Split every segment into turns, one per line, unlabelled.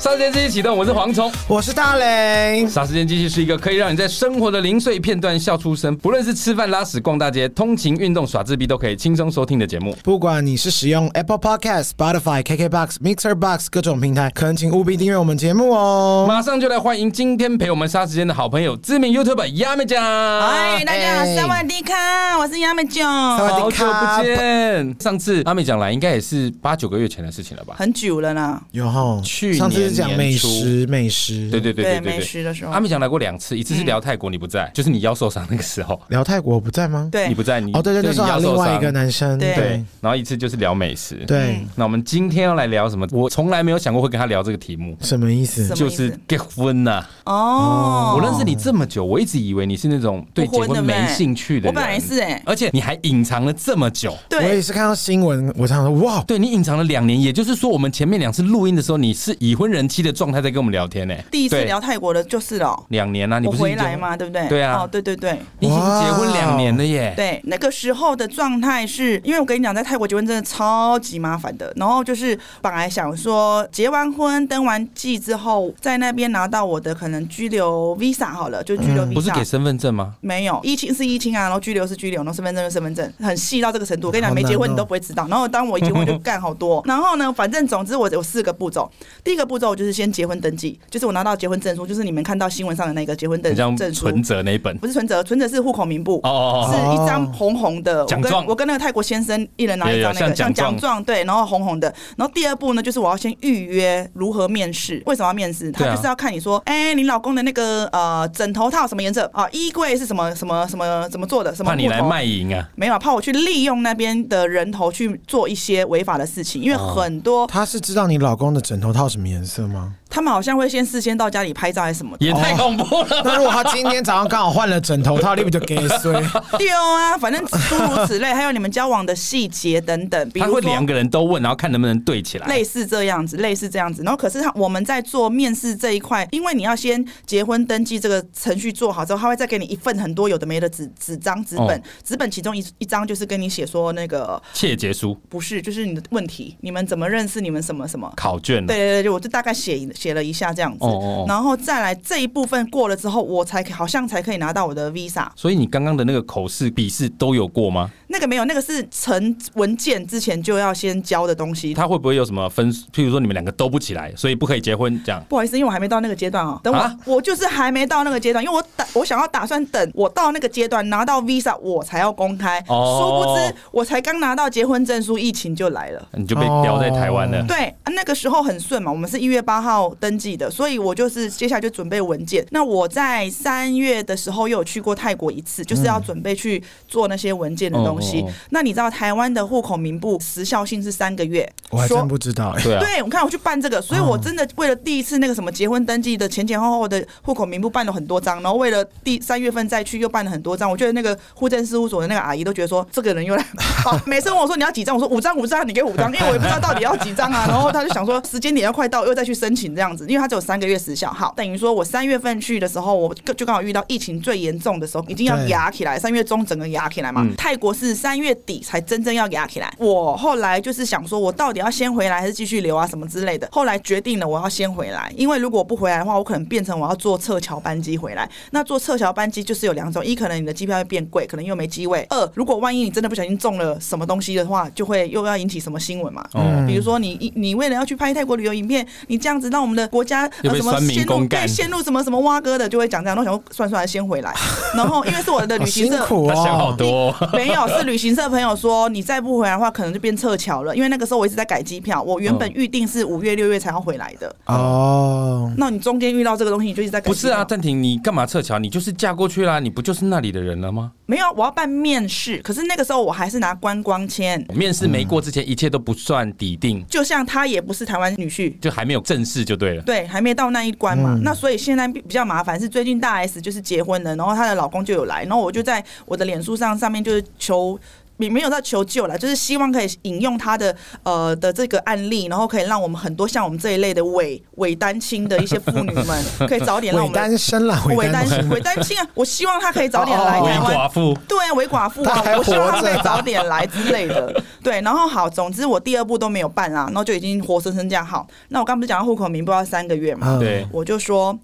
霎时间机器启动，我是蝗虫。
我是大雷。
霎时间机器是一个可以让你在生活的零碎片段笑出声，不论是吃饭、拉屎、逛大街、通勤、运动、耍自闭，都可以轻松收听的节目。
不管你是使用 Apple Podcast、Spotify、KKBox、Mixer Box 各种平台，恳请务必订阅我们节目哦。
马上就来欢迎今天陪我们杀时间的好朋友，知名 YouTube 亚美酱。
嗨，大家好，
哎
萨瓦迪卡，我是亚美酱，
萨
好
瓦迪
久
卡
不见！上次阿美讲来，应该也是八九个月前的事情了吧？
很久了呢，
有吼，
去年
上次是讲美
年
食，美食，
对对对对啊对
美
对。
食的时候
阿，美讲来过两次，一次是聊泰国，你不在，就是你腰受伤那个时候，
聊泰国我不在吗？，
对
你，不在，你
嗯哦对对，那
就
时候
你
还有
腰
另
受
外一
伤
个。男生，
对
对
然后一次就是聊美食。
对
嗯，
那我们今天要来聊什么？我从来没有想过会跟他聊这个题目，
什么意思
什？么
就
意思
是结婚呐、
哦，
我认识你这么久，我一直以为你是那种对结
不
婚
婚的
没
呗
兴趣的人，
我本来是欸
而且你还隐藏了这么久。
我也
对，
是看到新闻，我想说哇，
对你隐藏了两年，也就是说，我们前面两次录音的时候，你是已婚人妻的状态在跟我们聊天呢、
第一次
对
聊泰国的就是了，
两年啊，你
我
不是已
回
经
来嘛，对不对？
对啊
哦，对对对。
你已经结婚两年了耶。
对，那个时候的状态是，因为我跟你讲，在泰国结婚真的超级麻烦的。然后就是本来想说，结完婚、登完记之后，在那边拿到我的可能居留 visa 好了，就居留 visa、
不是给身份证吗？
没有，一亲是一亲啊，然后拘留是拘留，然后身份证是身份证，很细到这个程度。我跟你讲，
好
没
难
结婚
哦
你都不会知道。然后当我一结婚就干好 多。然后呢，反正总之我有四个步骤。第一个步骤就是先结婚登记，就是我拿到结婚证书，就是你们看到新闻上的那个结婚
很
登
像
证书，
存折那一本。
不是存折，存折是户口名簿。
哦哦
是
哦哦，
一张红红的，
奖
我
状
跟我跟那个泰国先生一人拿一张那
有有像
个像
奖状
奖状，对，然后红红的。然后第二步呢，就是我要先预约如何面试，为什么要面试？
对啊
他就是要看你说，哎、你老公的那个呃枕头套什么颜色啊？衣柜是什么什么什么怎么做的？什么
怕你
木
来
头
卖淫啊！
没有，怕我去利用那边的人头去做一些违法的事情，因为
哦
很多、
他是知道你老公的枕头套什么颜色 吗？
他们好像会先事先到家里拍照还是 什么的。
也太恐怖了。
那如果他今天早上刚好换了枕头套，你不就给衰？
丢啊，反正诸如此类，还有你们交往的细节等等， 比
他
如
会
说
两个人都问，然后看能不能对起来。
类似这样子，类似这样子。然后可是他我们在做面试这一块，因为你要先结婚登记这个程序做好之后，他会再给你一份很多有的没的纸纸张纸本
哦，
纸、本其中一一张就是跟你写说那个
切结书
不是，就是你的问题，你们怎么认识，你们什么什么。
考卷啊。
对对对，我就大概写一写了一下这样子，
哦哦哦
然后再来这一部分过了之后，我才好像才可以拿到我的 visa。
所以你刚刚的那个口试、笔试都有过吗？
那个没有，那个是成文件之前就要先交的东西。
他会不会有什么分数？譬如说你们两个都不起来，所以不可以结婚这样？
不好意思，因为我还没到那个阶段哦。等我，
啊
我就是还没到那个阶段，因为我打我想要打算等我到那个阶段拿到 visa 我才要公开。
哦
殊不知我才刚拿到结婚证书，疫情就来了。
你就被标在台湾了。
哦
对，啊那个时候很顺嘛，我们是一月八号登记的，所以我就是接下来就准备文件。那我在三月的时候又有去过泰国一次，就是要准备去做那些文件的东西。
哦哦哦
那你知道台湾的户口名簿时效性是三个月，
我还
说
真不知道哎。
对啊，
对，我看我去办这个，所以我真的为了第一次那个什么结婚登记的前前后后的户口名簿办了很多张，然后为了第三月份再去又办了很多张。我觉得那个户政事务所的那个阿姨都觉得说，这个人又来，好， 每次问我说你要几张，我说五张五张，你给五张，因为我也不知道到底要几张啊。然后他就想说时间点要快到，又再去申请这样子，因为他只有三个月时效。好，等于说我三月份去的时候，我就刚好遇到疫情最严重的时候，已经要
对
压起来，三月中整个压起来嘛。
嗯
泰国是三月底才真正要压起来。我后来就是想说，我到底要先回来还是继续留啊什么之类的。后来决定了我要先回来，因为如果不回来的话，我可能变成我要坐撤侨班机回来。那坐撤侨班机就是有两种，一可能你的机票会变贵，可能又没机位；二如果万一你真的不小心中了什么东西的话，就会又要引起什么新闻嘛。
哦
比如说你你为了要去拍泰国旅游影片，你这样子让我们的国家
又
呃
被
什么
酸民
陷
公
入
干
对陷入什么什么蛙哥的，就会讲这样。然后我想说算算了，先 回来。然后因为是我的
好
旅行
辛
社。
苦
他想好
哦，
多哦、
没有，是旅行社朋友说，你再不回来的话，可能就变撤侨了。因为那个时候我一直在改机票，我原
嗯
本预定是五月、六月才要回来的。
哦，
那你中间遇到这个东西，你就一直在改
不
机
是
票。
啊，暂停，你干嘛撤侨？你就是嫁过去啦，你不就是那里的人了吗？
没有，我要办面试，可是那个时候我还是拿观光签，
面试没过之前，一切都不算底定，
就像他也不是台湾女婿，
就还没有正式就对了。
对，还没到那一关嘛。
嗯
那所以现在比比较麻烦是，最近大 S 就是结婚了，然后她的老公就有来，然后我就在我的脸书上上面就是求。也没有在求救啦，就是希望可以引用他的呃的这个案例，然后可以让我们很多像我们这一类的伪伪单亲的一些妇女们，可以早点让我
伪
们
单身啦，
伪单
单
亲
身。
伪单亲啊！我希望他可以早点
哦哦
来
哦
为
台湾。
寡妇，
对啊，伪寡妇 啊
他还，
我希望他
活着
可
啊
以早点来之 类的。对，然后好，总之我第二步都没有办啊啦，然后就已经活生生这样好。那我刚不是讲到户口名簿要三个月嘛，
嗯
对，
我就说。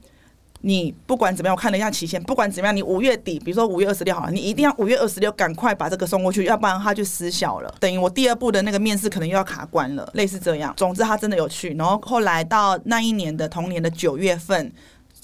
你不管怎么样，我看了一下期限，不管怎么样，你五月底，比如说五月二十六好了，你一定要五月二十六赶快把这个送过去，要不然他就失效了。等于我第二步的那个面试可能又要卡关了，类似这样。总之他真的有去，然后后来到那一年的同年的九月份，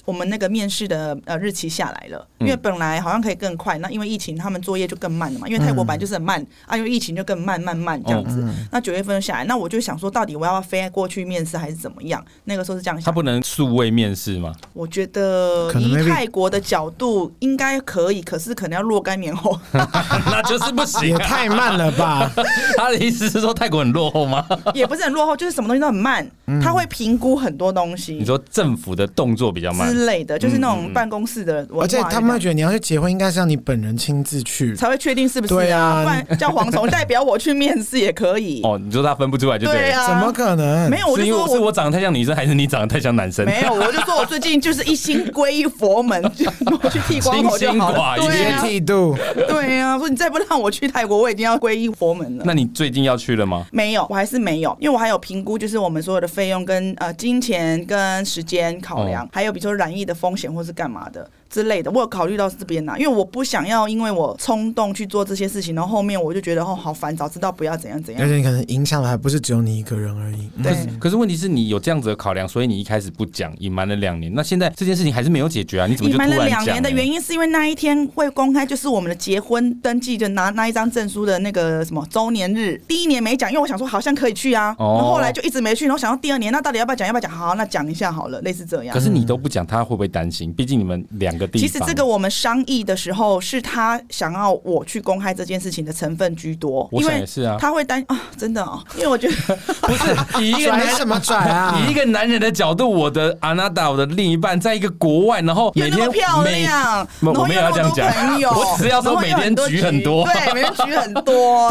我们那个面试的呃日期下来了，因为本来好像可以更快，那因为疫情他们作业就更慢了嘛，因为泰国
嗯
版就是很慢、啊，因为疫情就更慢慢慢这样子。那九月份下来，那我就想说，到底我要不要飞过去面试还是怎么样？那个时候是这样想
他
的。
不能数位面试吗？
我觉得
可能
以
maybe-
泰国的角度应该可以，可是可能要若干年后。
那就是不行
也
啊。
太慢了 吧！
他的意思是说泰国很落后吗？
也不是很落后，就是什么东西都很慢，
嗯
他会评估很多东
你
西
说政府的动作比较慢，
之类的，就是那
嗯嗯
种办公室的文化
而
就这
且
样，
他们会觉得你要去结婚，应该是要你本人亲自去。
才会确定是不是
对啊
不然叫 蝗虫代表我去面试也可以。
哦，你说他分不出来就对
对
了。
啊，
怎么可能？
没有？我
是因
就
为
说
是我
我。
长得太像女生，还是你长得太像男生？
没有，我就说我最近就是一心皈依佛门， 就我去剃光头就好了。
清心寡欲
对
接
啊，
剃度，
对啊，说你再不让我去泰国，我已经要皈依佛门了。
那你最近要去了吗？
没有，我还是没有，因为我还有评估，就是我们所有的费用跟呃金钱跟时间考
哦
量，还有比如说染疫的风险或是干嘛的之类的，我有考虑到这边呐、因为我不想要因为我冲动去做这些事情，然后后面我就觉得哦好烦，早知道不要怎样怎
而
哎
样。
且你可能影响的还不是只有你一个人而已。嗯
对
可是可是问题是你有这样子的考量，所以你一开始不讲，隐瞒了两年。那现在这件事情还是没有解决啊？你怎么
隐
就突
瞒
然
了
讲？
两年的原因是因为那一天会公开，就是我们的结婚登记，就拿那一张证书的那个什么周年日。第一年没讲，因为我想说好像可以去啊，
哦
然后后来就一直没去，然后想到第二年，那到底要不要讲？要不要讲？好，那讲一下好了，类似这样
可。是你都不讲，他会不会担心？毕竟你们两个地方，
啊其实这个我们商议的时候，是他想要我去公开这件事情的成分居多，
我
因
想
为
也是啊，
他会担啊，真的哦，因为我觉得
不 是以一个
拽
男
什么拽
哎
啊？
以一个男人的角度，我的阿娜达，我的另一半，在一个国外，然后
又
每
那
天
么漂
每
亮，
没
然
有我
后
没有
又那
要
么
这样
多
讲
朋友，
我只是要说
然后
每
又
天
很多
举
局
很多
对，每天举很 多，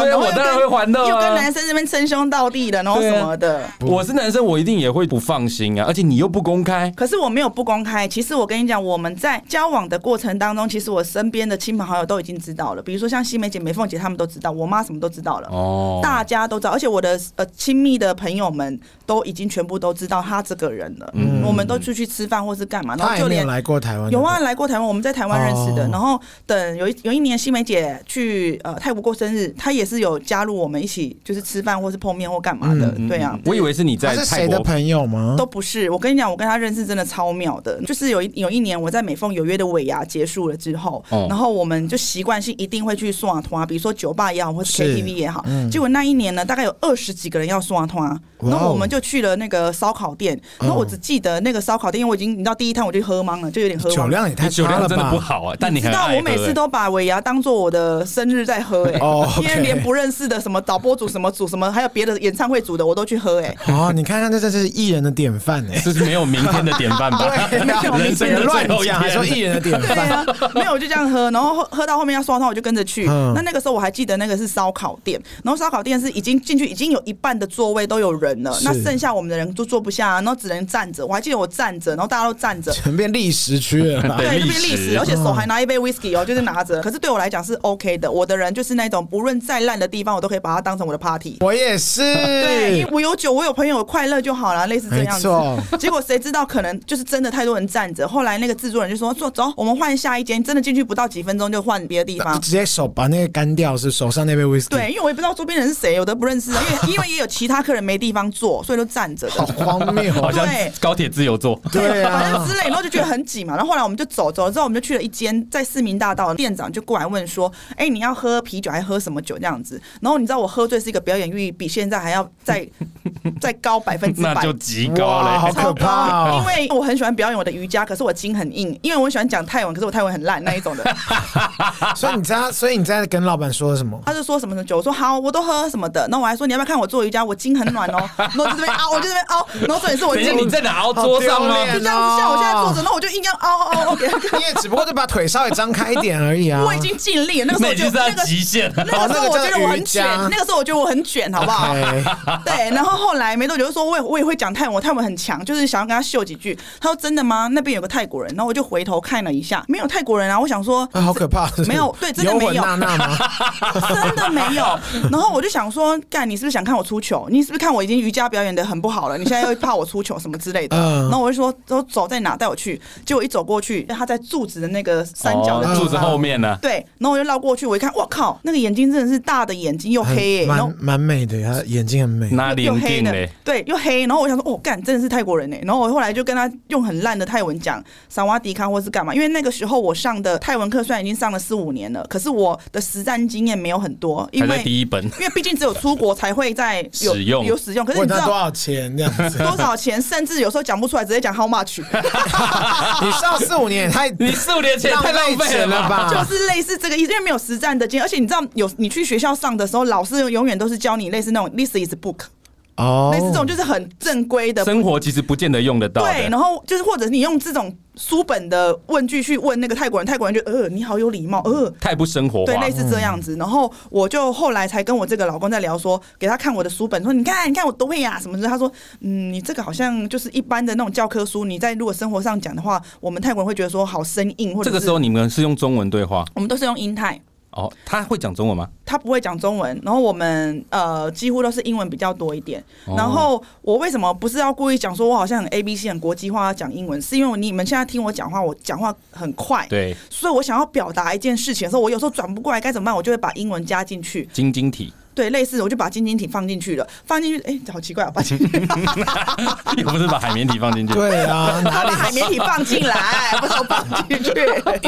对
然后
我
又
当然
跟
会还的啊
又跟男生这边称兄道弟的，然后
对啊
什么的。
我是男生，我一定也会不放心啊，而且你又不公开，
可是我没有不公开。其实我跟你讲，我们在交往的过程当中，其实我身边的亲朋好友都已经知道了，比如说像西梅姐、梅凤姐，她们都知道，我妈什么都知道了。
哦，
大家都知道，而且我的呃亲密的朋友们都已经全部都知道他这个人了。
嗯
我们都出去吃饭或是干嘛，然后
他也
就
没
连
有来过台湾。
有啊，，来过台湾，我们在台湾认识的。
哦
然后等有一有一年，西梅姐去呃泰国过生日，她也是有加入我们一起，就是吃饭或是碰面或干嘛的。
嗯
对啊，
我以为是你
他
在
是
泰
谁的
国，
朋友吗？
都不是。我跟你讲，我跟他认识真的超妙的。就是有一有一年我在美凤有约的尾牙结束了之后，
哦
然后我们就习惯性一定会去刷团，啊比如说酒吧也好，或是
是
KTV 也好。
嗯
结果那一年呢，大概有二十几个人要刷团，
哇哦
啊
嗯
然后我们就去了那个烧烤店。然后我只记得那个烧烤店，因为我已经你知道第一趟我就喝懵了，就有点喝
酒
懵。
量也太
你酒
差
量
了
哎真的不
吧？
好啊，但你
知
很
道
爱
我每次
喝
都把尾牙当做我的生日在喝、欸，
哦，OK
因为连不认识的什么导播组、什么组、什么，还有别的演唱会组的，我都去喝、欸，哎，
哦，你看看，这真是艺人的典范哎
欸。这是没有明天的典范吧？
啊
人生的
乱
最后一
讲，还说艺
天。
人的典
对
范。
啊， 没有我就这样喝，然后喝喝到后面要刷汤，我就跟着去。
嗯
那那个时候我还记得那个是烧烤店，然后烧烤店是已经进去已经有一半的座位都有人了，
是
那剩下我们的人就坐不下、啊然后只能站着。我还记得我站着，然后大家都站着。
全变历史区了啦。
对
对，就
历
变历
史嗯
史，而且手还拿一杯 whisky 哦，就是拿着。可是对我来讲是 OK 的，我的人就是那种不论再烂的地方，我都可以把它当成我的 party。
我也是，
对，因为我有酒，我有朋友，我快乐就好了，类似这
没
样子。
错，
结果谁知道，可能就是真的太多人站着。后来那个制作人就说：“坐，走，我们换下一间。”真的进去不到几分钟就换别的地方。
直接手把那个干掉，是手上那杯 whisky。
啊对，，因为我也不知道周边人是谁，有的不认识啊，因为因为也有其他客人没地方坐，所以都站着
好
的。
荒谬
好
哦。
像
对
高铁自由坐，
对
反正
啊
之，类，然后就觉得很挤嘛。然后后来我们就走，走了之后我们就去了一间在市民大道，店长就过来问说：“哎、你要喝啤酒还是喝什么酒？”这样子。然后你知道我喝醉是一个表演欲比现在还要再 再高百分之
那
百，
就极高
哇
嘞。
好可怕哦
因为我很喜欢表演我的瑜伽，可是我筋很硬，因为我很喜欢讲泰文，可是我泰文很烂那一种的。
所以你知道，所以你在跟老板说什么？
他就说什么什么酒，我说好，我都喝什么的。然后我还说你要不要看我做瑜伽，我筋很暖哦。然后我就这边凹，我就这边凹。然后重点是 我
等一
筋
下，你在哪熬桌上
好丢
吗
脸？
就这样子，像我现在坐着，然后我就硬要凹凹凹给他看。
你也只不过就把腿稍微张开一点而已啊。
我已经尽力了，那个时
那
候
已
我
经
就是
他
那个
极限啊了。
那个时候我觉得我很卷
哦那个叫瑜伽，
那个时候我觉得我很卷，好不好？
哎
对，然后后来没多久就说，我也我也会讲泰文，我泰文很强，就是想要跟他秀几句。他说真的吗？那边有个泰国人，然后我就回头看了一下，没有泰国人啊。我想说，
啊好可怕！
没有对真的没有
尤文娜娜吗？
真的没有。然后我就想说，干，你是不是想看我出糗？你是不是看我已经瑜伽表演的很不好了？你现在又怕我出糗什么之类的？
嗯
然后我就说，都走在哪带我去？结果一走过去，他在柱子的那个三角的
哦
地
柱子
方。
后面呢？
对，然后我就绕过去，我一看，我靠，那个眼睛真的是大的眼睛又黑耶、然后
蛮蛮美的，她眼睛很美。
哪里
又黑
定
的
嘞？，
对，又黑。然后我想说，哦，干，真的是泰国人呢。然后我后来就跟他用很烂的泰文讲萨瓦迪卡或是干嘛，因为那个时候我上的泰文课虽然已经上了四五年了，可是我的实战经验没有很多，因
还在
为
第一 本。
因为毕竟只有出国才会在有
使用
有使用，可是
问
你知
他多
道。
少钱这样 子？
多少钱？甚至有时候讲不出来，直接讲 how much，
你上四五年也太
你四五年前太浪费
钱
了
了
吧？
吧？
就是类似这个意思。因为没有实战 的经验，而且你知道有你去学校上的时候，老师永远都是教你类似那种 this is book，
哦
类似这种就是很正规的，
生活其实不见得用得到
对，
的。
然后就是或者你用这种书本的问句去问那个泰国人，泰国人就呃你好有礼貌，呃。
太不生活
对，
化
类。似这样
嗯
子。然后我就后来才跟我这个老公在聊说，给他看我的书本，说你看，你看我都会呀、什么的。他说，嗯，你这个好像就是一般的那种教科书，你在如果生活上讲的话，我们泰国人会觉得说好生硬，或者
这
是
个时候你们是用中文对话
我们都是用英泰。
哦？他会讲中文吗？
他不会讲中文，然后我们呃几乎都是英文比较多一点。
哦
然后我为什么不是要故意讲说我好像很 A B C 很国际化讲英文，是因为你们现在听我讲话，我讲话很快，
对，
所以我想要表达一件事情的时候，我有时候转不过来该怎么办，我就会把英文加进去，
晶晶体
对，类似我就把晶晶体放进去了，放进去，哎、好奇怪啊，把晶
又不是把海绵体放进去。
对啊， 哪
把
里
海绵体放进来，不是我放进去。
哎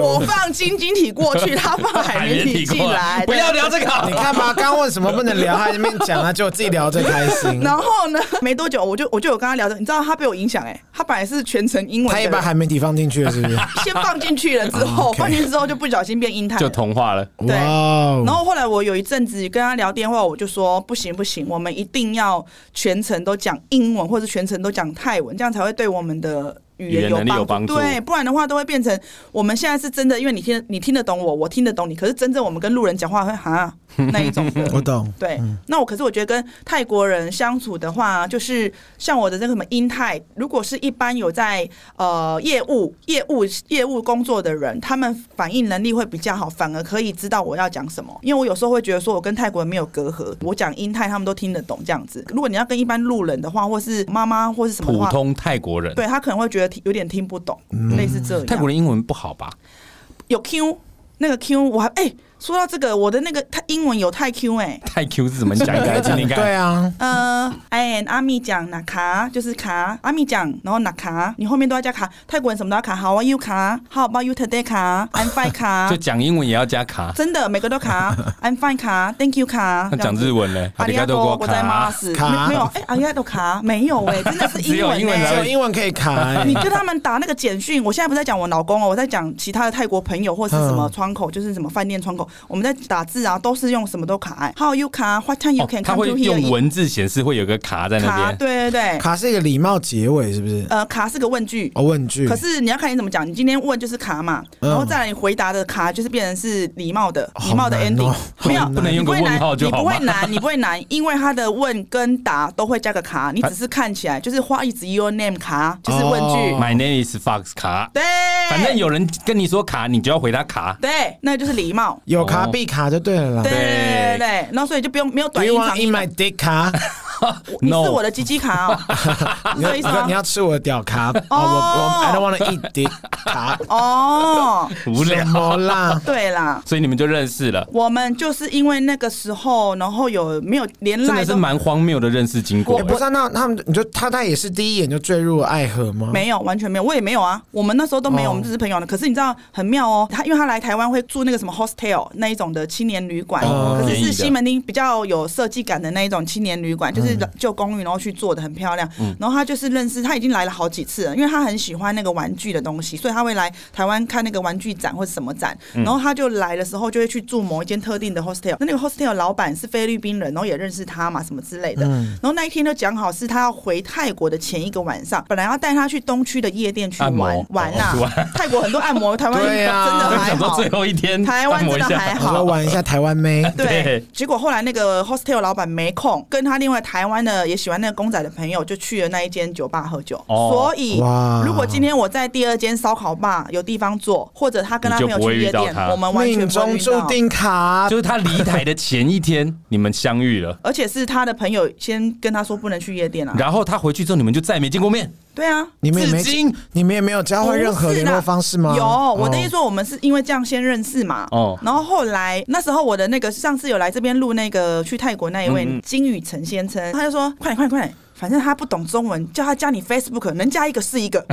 我
you？
放晶晶体过去，他放海绵体进
过
来，
不要聊这
你
个。
看吧，刚问什么不能聊，还在那边讲啊，就自己聊最开心。
然后呢，没多久我就我就有跟他聊的，你知道他被我影响哎、他本来是全程英文
他
的
也
人，
把海绵体放进去了，是不是？
先放进去了之
哦
后，
，OK
放进去之后就不小心变英泰
就
了。
同化了，
对
哦
然后后来我有一阵子跟他聊电话，我就说不行不行，我们一定要全程都讲英文，或者全程都讲泰文，这样才会对我们的语
语言
言
能力有
有
帮
帮
助
助。对，不然的话都会变成我们现在是真的，因为你听你听得懂我，我听得懂你，可是真正我们跟路人讲话会哈那一种 的。
我懂，
对，
嗯
那我可是我觉得跟泰国人相处的话，就是像我的那个什么英泰，如果是一般有在呃业务、业务、业务工作的人，他们反应能力会比较好，反而可以知道我要讲什么。因为我有时候会觉得说我跟泰国人没有隔阂，我讲英泰他们都听得懂这样子。如果你要跟一般路人的话，或是妈妈或是什么的
普
话，
通泰国人。
对他可能会觉得听有点听不懂，类似这样。
泰国人英文不好吧？
有 Q 那个 Q，我还哎、说到这个，我的那个泰英文有泰 Q 哎、
泰 Q 是怎么讲？你来听听看。
对啊，
呃，I and 阿密讲哪卡就是卡，阿密讲，然后哪卡，你后面都要加卡，泰国人什么都要卡，How are you 卡，How about you today 卡，I'm fine 卡
就，讲英文也要加 卡。
真的每个都卡，I'm fine 卡，Thank you 卡，
那讲日文呢？
阿里亚多国在马斯，
卡
没没有哎，阿里亚多卡没 有哎，真的是
只
英
有
文
英文
只
来
哎。
有英文可以卡欸。
你跟他们打那个简讯，我现在不是在讲我老公哦，我在讲其他的泰国朋友或是什
哦
么
嗯
窗口，就是什么饭店窗口，我们在打字啊，都是用什么都卡哎，How are you 卡，What time you
哦
can
他
come
会
to here？
用文字显示会有个卡在那
卡，
边。
对对对，
卡是一个礼貌结尾，是不是？
呃，卡是个问句。
哦，问句。
可是你要看你怎么讲，你今天问就是卡嘛，
嗯
然后再来你回答的卡就是变成是礼貌的
好
礼貌的
难哦
ending，
好
没有
难
不能用个
你不会
问
难
号，就
你
好
不
吗
会难，你不会难，因为它的问跟答都会加个卡，你只是看起来就是花一直 your name 卡，就是问
哦
句，
My name is Fox 卡。
对，
反正有人跟你说卡，你就要回答卡。
对，那就是礼貌，
有卡必卡就对了啦
对。对
对
对对对，然后所以就不用没有
Do
短
you
音
want
长
in
音，
my dick 卡？
你是
No
我的鸡鸡卡哦，是
你
这
要
个意
你
思
要你
吗？
要吃我的屌 卡？哦，我我
哦
I don't want to eat dick 卡。
哦，
无
什
聊。
么 啦？
对啦。
所以你们就认识了，
我们就是因为那个时候，然后有没有连
真
赖
的是
都
蛮荒谬的认识经过
我。不知道，那他们你就他他也是第一眼就坠入了爱河吗？
没有，完全没有，我也没有啊。我们那时候都没有，
哦
我们只是朋友呢。可是你知道很妙哦，他因为他来台湾会住那个什么 hostel 那一种的青年旅馆，
哦
可是
便宜的嗯
是西门町比较有设计感的那一种青年旅馆，就是是旧公寓，然后去做的很漂亮。然后他就是认识，他已经来了好几次了，因为他很喜欢那个玩具的东西，所以他会来台湾看那个玩具展或者什么展。
嗯
然后他就来的时候就会去住某一间特定的 hostel，那那个 hostel 老板是菲律宾人，然后也认识他嘛，什么之类的。
嗯
然后那一天就讲好是他要回泰国的前一个晚上，本来要带他去东区的夜店去
按摩
玩玩啊
哦玩，
泰国很多按摩，台湾真
对啊
的
我
还
想说
好
最。后一天
台湾
按摩
真
一
的
下
还
我
好
说，玩一下台湾妹，
对
对，啊结果后来那个 hostel 老板没空，跟他另外台湾的也喜欢那个公仔的朋友，就去了那一间酒吧喝酒。
哦
所以
哇，
如果今天我在第二间烧烤吧有地方坐，或者他跟他
你就
朋友
不会
去
遇
夜
到
店
他，
我们完全
命
不会
中
遇
注
到。
定卡
就，是他离台的前一天，你们相遇了，
而且是他的朋友先跟他说不能去夜店啊，
然后他回去之后，你们就再也没见过 面。
对啊，
你们也没
至今
你们也没有交换任何联络方式吗？哦
有，我的意思
思，
说，我们是因为这样先认识嘛。
哦
然后后来那时候我的那个上次有来这边录那个去泰国那一
嗯嗯
位金宇成先生，他就说快点快点快点。反正他不懂中文，叫他加你 Facebook，能加一个是一 个。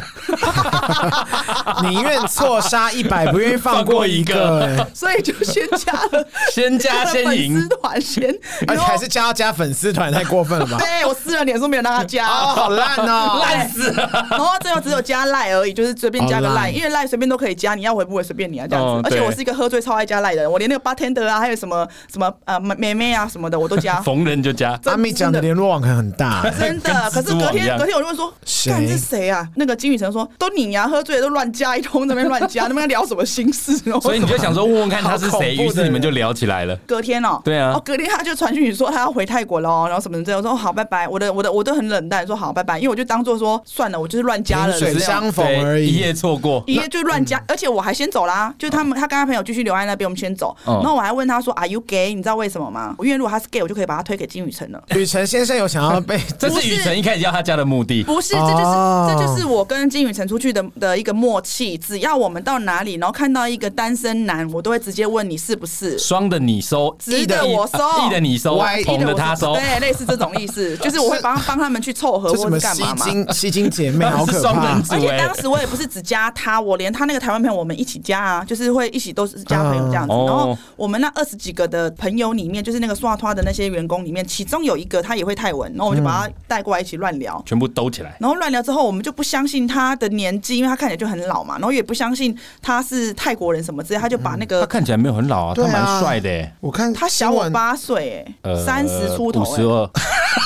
宁愿错杀一百，不愿意放过一个，哎
所以就先加了
先加
了
先赢
粉丝团先，
而且
然后
还是加加粉丝团，太过分了吧？
对啊我私人脸书没有让他加，
哦，好烂哦，
烂死了！
然后最后只有加赖而已，就是随便加个
哦
赖，
Line
因为赖随便都可以加，你要回不回随便你啊这样子。
哦
而
对。
且我是一个喝醉超爱加赖的人，我连那个 bartender 啊，还有什么什么呃妹妹啊什么的我都加
逢人就加，
真
阿咪讲的联络网很很大，哎
真的，可
跟
是
蜘蛛
隔
网一
天
样
隔天我就问说，
谁
干是谁啊？那个金宇成说，都你呀、喝醉了都乱加一通，那边乱加，那 边聊什么心事？哦然后
所以你就想说问问看他是
好恐
谁，
怖的
于是你们就聊起来了。
隔天哦，
对啊
哦，隔天他就传讯息说他要回泰国喽，然后什么这样，我说哦好，拜拜。我的我的我都很冷淡，说好，拜拜，因为我就当做说算了，我就是乱加了，
萍水
这样
相逢而
对一
已。
夜错过。
一夜就乱加，而且我还先走啦，就是他们他跟他朋友继续留在那边，我们先走。
嗯
然后我还问他说，Are you gay？你知道为什么吗？因为如果他是 gay，我就可以把他推给金宇成了。
雨辰先生有想要 被
这
不
是
是
雨辰一开始要他加的目的。
不是，这就是、
哦
这就是我跟金宇成出去的的一个默契。只要我们到哪里，然后看到一个单身男，我都会直接问你是不是。
双的你收，
直的我收
一的你收
歪，
红的他收，
对，类似这种意思，就是我会帮 帮他们去凑合
这什
或
么
者
吸
干嘛嘛。
金吸金 姐妹，好可
是双
怕
人！组
而且
哎
当。时我也不是只加他，我连他那个台湾朋友我们一起加啊，就是会一起都是加朋友这样子。
嗯
然后
哦
我们那二十几个的朋友里面，就是那个刷拖的那些员工里面，其中有一个他也会泰文，然后我们就把他带过来一起乱聊。
全部兜起来，
然后乱聊之后，我们就不相信他的年纪，因为他看起来就很老嘛，然后也不相信他是泰国人什么之类，他就把那
他
个、
看起来没有很老啊，
对
他蛮
啊
帅的欸，
我看
他小我
新闻，
八岁、欸，
呃，
三十出头、
五十哦
欸，
二，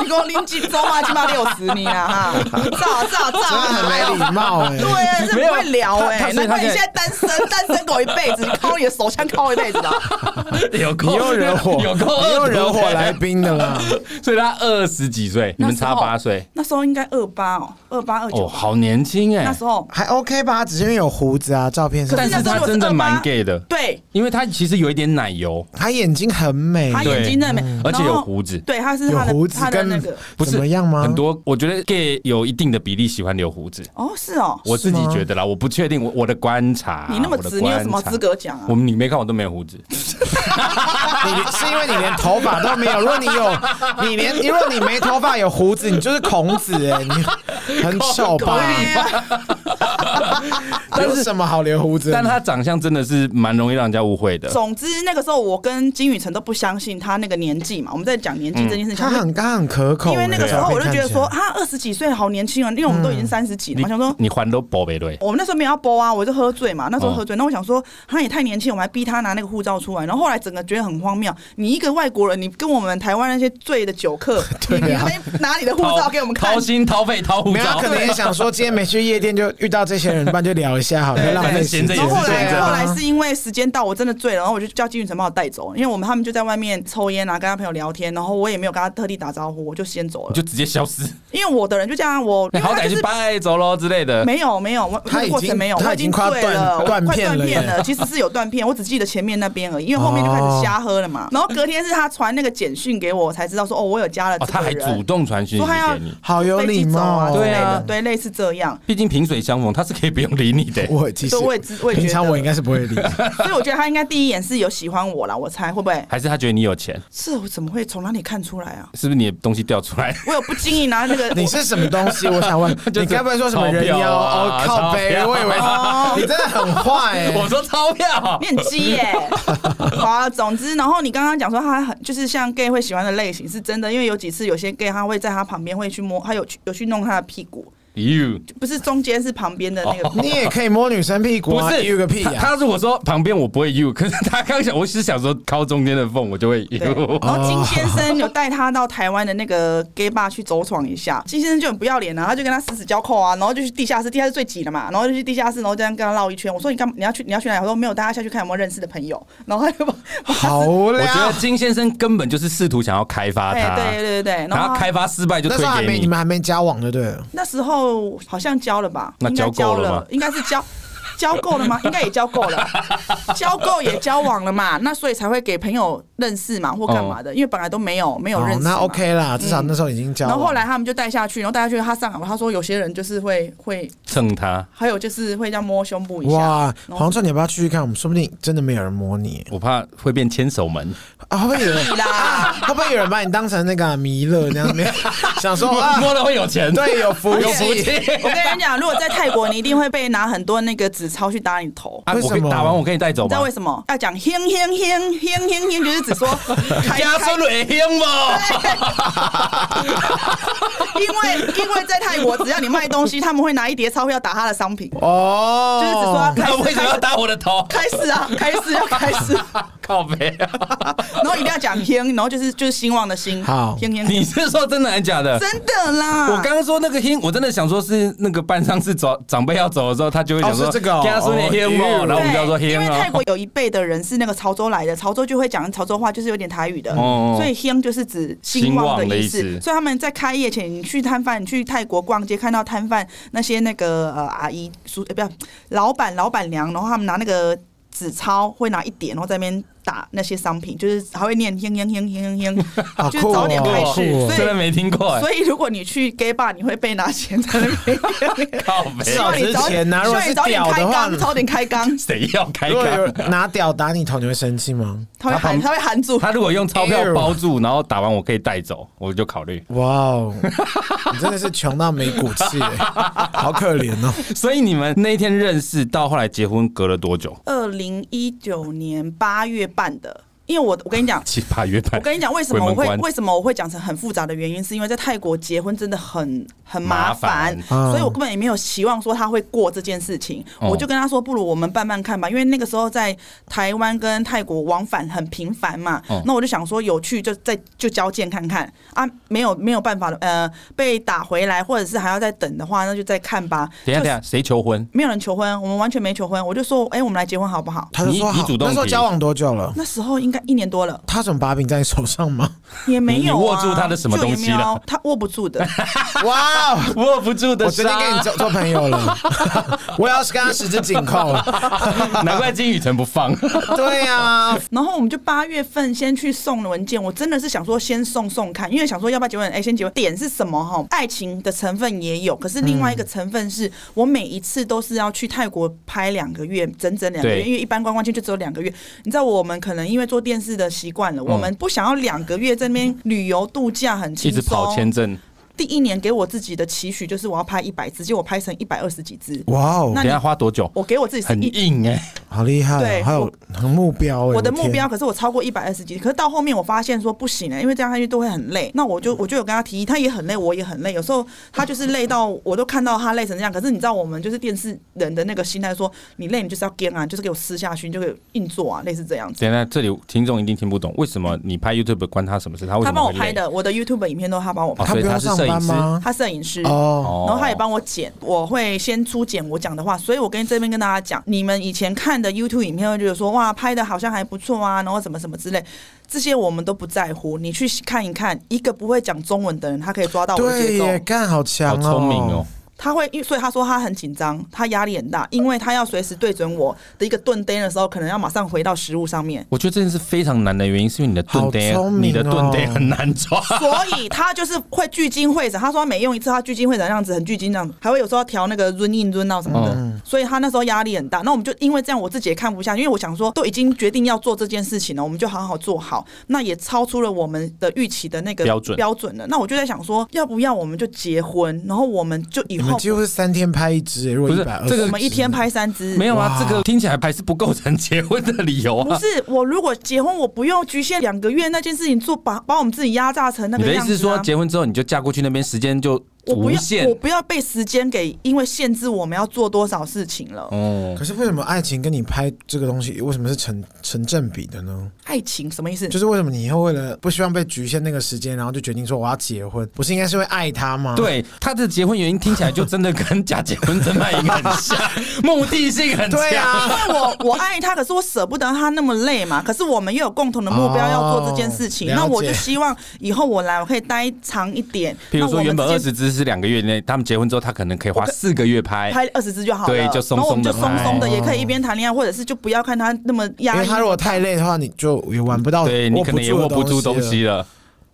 你给我拎几周啊，起码六十你 啊哈，照照照，
真的很没礼貌哎。
对啊，这不会聊
没有
哎、
他他
欸，
所以
难
他
怪你
现在
现在单身， 单身狗一辈子，你靠你的手枪靠一辈子的。啊
有够
你又惹火，
有够恶毒
你又惹火来宾的啦！
所以他二十几岁，你们差八岁，
那时候应该二八哦，二八二
哦，
九，
好年轻哎
那，时候
还 OK 吧？只是因为有胡子啊，照片上
但
可
是
那时候
他
我是
真的
28
蛮 gay 的，
对。
因为他其实有一点奶油，
他眼睛很美，
他眼睛那没，
嗯而且
然
有
后
胡子，
对，他是
有
他的
胡子
他的
跟
那个
不是
怎么样吗？
很多我觉得 gay 有一定的比例喜欢留胡子，
哦，是哦，
我自己
是吗
觉得啦，我不确定，我我的观察，
你那么
我的
直，你有
观
什么
察
资？格讲啊
我？们你没看我都没有胡子，
你是因为你连头发都没有。如果你 有，你连如果你没头发有胡子，你就是孔子哎，你很丑吧？
对 啊
有什么好留胡子的？
但他长相真的是蛮容易让人家误会的。
总之那个时候我跟金宇成都不相信他那个年纪嘛，我们在讲年纪这件事情。
他很他很可口欸，
因为那个时候我就觉得说，
照片看起
他二十几岁好年轻啊，因为我们都已经三十几了
你
嘛，想说
你还都宝贝对，
我们那时候没有要播啊，我就喝醉嘛，那时候喝
哦
醉，那、我想说他也太年轻，我们还逼他拿那个护照出来，然后后来整个觉得很荒谬，你一个外国人，你跟我们台湾那些醉的酒 客，
对
你
啊
你没拿你的护照给我们看
掏，心掏肺掏护
来没有，啊
照
他可，能也想说今天没去夜店就遇到这些人，不然就聊一下好了，
对
浪费时
闲着
间。
也
然后后
是闲这
来
着样
后来是因为时间到，我真的醉了，然后我就叫金宇成把我带走，因为我们他们就在外面抽烟啊，跟他朋友聊天，然后我也没有跟他特地打招呼，我就先走
你
了
就，直接消失，
因为我的人就这样，啊我
你
因为
好
他
歹
就是是
拜走喽之类的。
没有没有，我
呃他
那
已
个过
经
程没有，
他
我
已经快
快
要断
了，我
断
快
片
断
了
片
耶
了。其实是有断片，我只记得前面那边而已，因为后面就开始瞎喝了嘛。 然后隔天是他传那个简讯给我，我才知道说哦，我有加了
哦，
这
他
个
还
人。
主动传讯息
说他要
给你，
好有礼貌哦，
坐飞机
对对
走啊类
啊
的，对，类似这样。
毕竟萍水相逢，他是可以不用理你 的。
我其实
对我也知我也觉得
平常我应该是不会理，
所以我觉得他应该第一眼是有喜欢我啦，我猜会不会？
还是他觉得你有钱，
是我怎么会从哪里看出来啊？
是不是你的东西掉 出来？
我有不经意拿那个
你是什么东西？我想问，
是
你该不会说什么人
钞
妖？
票啊
哦，靠
钞
背，
票
我以为
哦
你真的很坏
哎
欸。
我说钞票
你，很鸡耶、好啊，总之，然后你刚刚讲说他很就是像 gay 会喜欢的类型是真的，因为有几次有些 gay 他会在他旁边会去摸，他有去有去弄他的屁股，
you
不是中间是旁边的那个屁股。
你也可以摸女生屁股
不
啊，
是
有个屁
他
呀！
他如果说旁边我不会 you，可是他刚想，我只是想说靠中间的缝，我就会
对
you。
然后金先生有带他到台湾的那个 gay bar 去走闯一下，金先生就很不要脸啊，他就跟他死死交扣啊，然后就去地下室，地下室最挤的嘛，然后就去地下室，然后这样跟他绕一圈。我说你干嘛？你要去你要去哪里？他说没有，大家下去看有没有认识的朋友。然后他就把
好啊无
我
聊
觉。得金先生根本就是试图想要开发
哎
他，
对对对对，然
然
后
后
他
开发失败就
那
推
时候还没
给
你
你。
们还没交往就对了，
那时候好像交了吧？
那
应该
交
交
够了吗
应该是交。交够了吗？应该也交够 了，交够也交往了嘛，那所以才会给朋友认识嘛，
哦
或干嘛的，因为本来都没有没有认
哦
识、，
那 OK 啦，至少那时候已经交
然
往。
后后来他们就带下去，然后带下去他上海，他说有些人就是会会，
蹭他，
还有就是会这样摸胸部一下。
哇，黄川，你要不要去去看？我们说不定真的没有人摸你
我怕会变牵手门。
啊！会不会有人
屁？ 啦，
会不会有人把你当成那个弥勒这样子？想说啊，
摸了会有钱，
对，有福
有福
气。
气。
我跟你讲，如果在泰国，你一定会被拿很多那个纸钞去打你头。
啊，
为
我
什
可以
么
打完我可以带走
你知道
吗
为？什么要讲 “hing hing hing hing hing hing”？就是 指说开
加
开
孙蕊香吧，
哎 因为因为在泰国，只要你卖东西，他们会拿一叠钞票打他的商品，
哦，
就是只说要
那为
开
什么要
始
打我的头？
开始啊， 开始要开始，
靠背啊！
然后一定要讲 “hing”，然后就是就是兴旺的兴，
好
hing hing，
你是说真的还是假的？
真的啦，
我刚刚说那个听，我真的想说是那个办丧事走长辈要走的时候，他就会想说
哦是这个哦
跟他说你听哦，
哦
然后我们就要说
对
听
因为泰
哦。
国有一辈的人是那个潮州来的，潮州就会讲潮州话，就是有点台语的，
哦
所以 hing 就是指兴旺的意
兴旺
思。
的意思
所以他们在开业前，你去摊贩，你去泰国逛街，看到摊贩那些那个呃阿姨叔，呃、不要老板老板娘，然后他们拿那个纸钞，会拿一点，然后在那边打那些商品，就是还会念 hing hing hing hing hing，
好
就是
酷
早点开
哦
始
酷
所
哦
以
真的没听过哎，
所以如果你去 gay bar，你会被拿钱在那边。
靠
希
背
是，
望你早
之前啊
希望你早点
如果是
开
屌的话
缸，早点开缸，
谁要开
如果有
干？
人拿屌打你头，你会生气吗？
他会
他旁
喊，他会喊住。
他如果用钞票
Ew
包住，然后打完我可以带走，我就考 虑。
哇哦，你真的是穷到没骨气耶，好可怜哦。
所以你们那一天认识到后来结婚隔了多久？，
二零一九年八月办的，因为我我跟你 讲
七八月半。
我跟你讲为什么我
鬼门
会
关
为什么我会讲成很复杂的原因，是因为在泰国结婚真的很很麻烦，
麻
烦
所以我根本也没有期望说他会过这件事情。
哦
我就跟他说，不如我们办办看吧，因为那个时候在台湾跟泰国往返很频繁嘛，
哦
那我就想说有趣就再就交件看看啊，没有没有办法的，呃，被打回来或者是还要再等的话，那就再看吧。
等一下
就
等一下，谁求婚？
没有人求婚，我们完全没求婚，我就说，哎、我们来结婚好不好？
他就说
你你
好
主动
那时候
提
交往多久了？
那时候应该一年 多了，
他怎么把柄在你手上吗？
也没有、啊、
你握住他的什么东西了
就也没有啊他握不 住的，
哇哦！
握不住的
我决定跟你做做朋友 了，我也要是跟他十指紧扣了。
难怪金宇澄不 放。
对啊，
然后我们就八月份先去送文件，我真的是想说先送送看，因为想说要不要结婚，哎、先结婚。点是什么哈？爱情的成分也有，可是另外一个成分是、我每一次都是要去泰国拍两个月，整整两个月，
对
因为一般观光圈就只有两个月。你知道我们可能因为做电视的习惯
嗯
了，我们不想要两个月在那边旅游度假 很
一
轻
直跑
松，
签证。
第一年给我自己的期许就是我要拍一百支，结果我拍成一百二十几支。
哇哦
那
等一下花多久？
我给我自己是
很
一，
硬哎、
好厉害、
对
哦！还有很目标哎、
我的目
天
标，可是我超过一百二十几，可是到后面我发现说不行了、欸因为这样下去都会很累。那
嗯
我就我就有跟他提议，他也很累，我也很累。有时候他就是累到我都看到他累成这样，可是你知道我们就是电视人的那个心态说，你累你就是要干啊，你就是给我撕下去，你就给我硬做啊，类似这样子。
等一下，这里听众一定听不懂，为什么你拍 YouTube 关他什么事？他为
他
什么
帮我
会
拍
累？
的，我的 YouTube 影片都他帮我拍，
哦
他
所以
不
他
用
是
上班吗？
他摄影师。
哦，
哦
然后他也帮我剪，我会先初剪我讲的话，所以我跟这边跟大家讲，你们以前看的 YouTube 影片会觉得说哇拍的好像还不错啊，然后什么什么之类，这些我们都不在乎，你去看一看，一个不会讲中文的人，他可以抓到我的
对
节奏
耶，，干好强
好
哦，
聪明哦！
他会，因为所以他说他很紧张，他压力很大，因为他要随时对准我的一个顿呆的时候，可能要马上回到食物上面。
我觉得这件事非常难的原因，是因为你的盾
好
杯，
聪明哦
你的盾杯很难抓。
所以他就是会聚精会神。他说他每用一次，他聚精会神的样子，很聚精这样子，还会有时候要调那个 run in run out 什么的。
嗯
所以他那时候压力很大。那我们就因为这样，我自己也看不下去，因为我想说都已经决定要做这件事情了，我们就好好做好。那也超出了我们的预期的那个
标准
标准了。那我就在想说，要不要我们就结婚，然后我们就
你
以
们
后
几乎是三天拍一支、欸，如果
不是
一百二，
这个
我们一天拍三支，
没有啊，
哇
这个听起来还是不构成结婚的理由
不
啊。
是我如果结婚，我不用局限两个月那件事情做，把把我们自己压榨成那
你
个
的意
样子、
思
啊。
是说，结婚之后你就嫁过去那边，时间就
我不
无
要
限
我？不要被时间给因为限制我们要做多少事情了。
哦，
可是为什么爱情跟你拍这个东西，为什么是成成正比的呢？
爱情什么意思？
就是为什么你以后为了不希望被局限那个时间，然后就决定说我要结婚，不是应该是因为爱他吗？，
对，他的结婚原因听起来就真的跟假结婚真卖淫很 像，目的性很强。
对啊
因 为我我爱他，可是我舍不得他那么累嘛。可是我们又有共同的目标要做这件事情，
哦
那
了解
我就希望以后我来，我可以待长一点。
比如
那
说
我们
原本
之
二
间
十支是两个月内，他们结婚之后，他可能可以花四个月拍。
拍二十支就好了，
对就松松地
然后我们就松松的，
拍嗯
也可以一边谈恋爱，或者是就不要看他那么
因
压
为
抑
他，如果太累的话，你就也玩不到，
对你可能也握不住东
了。
西了，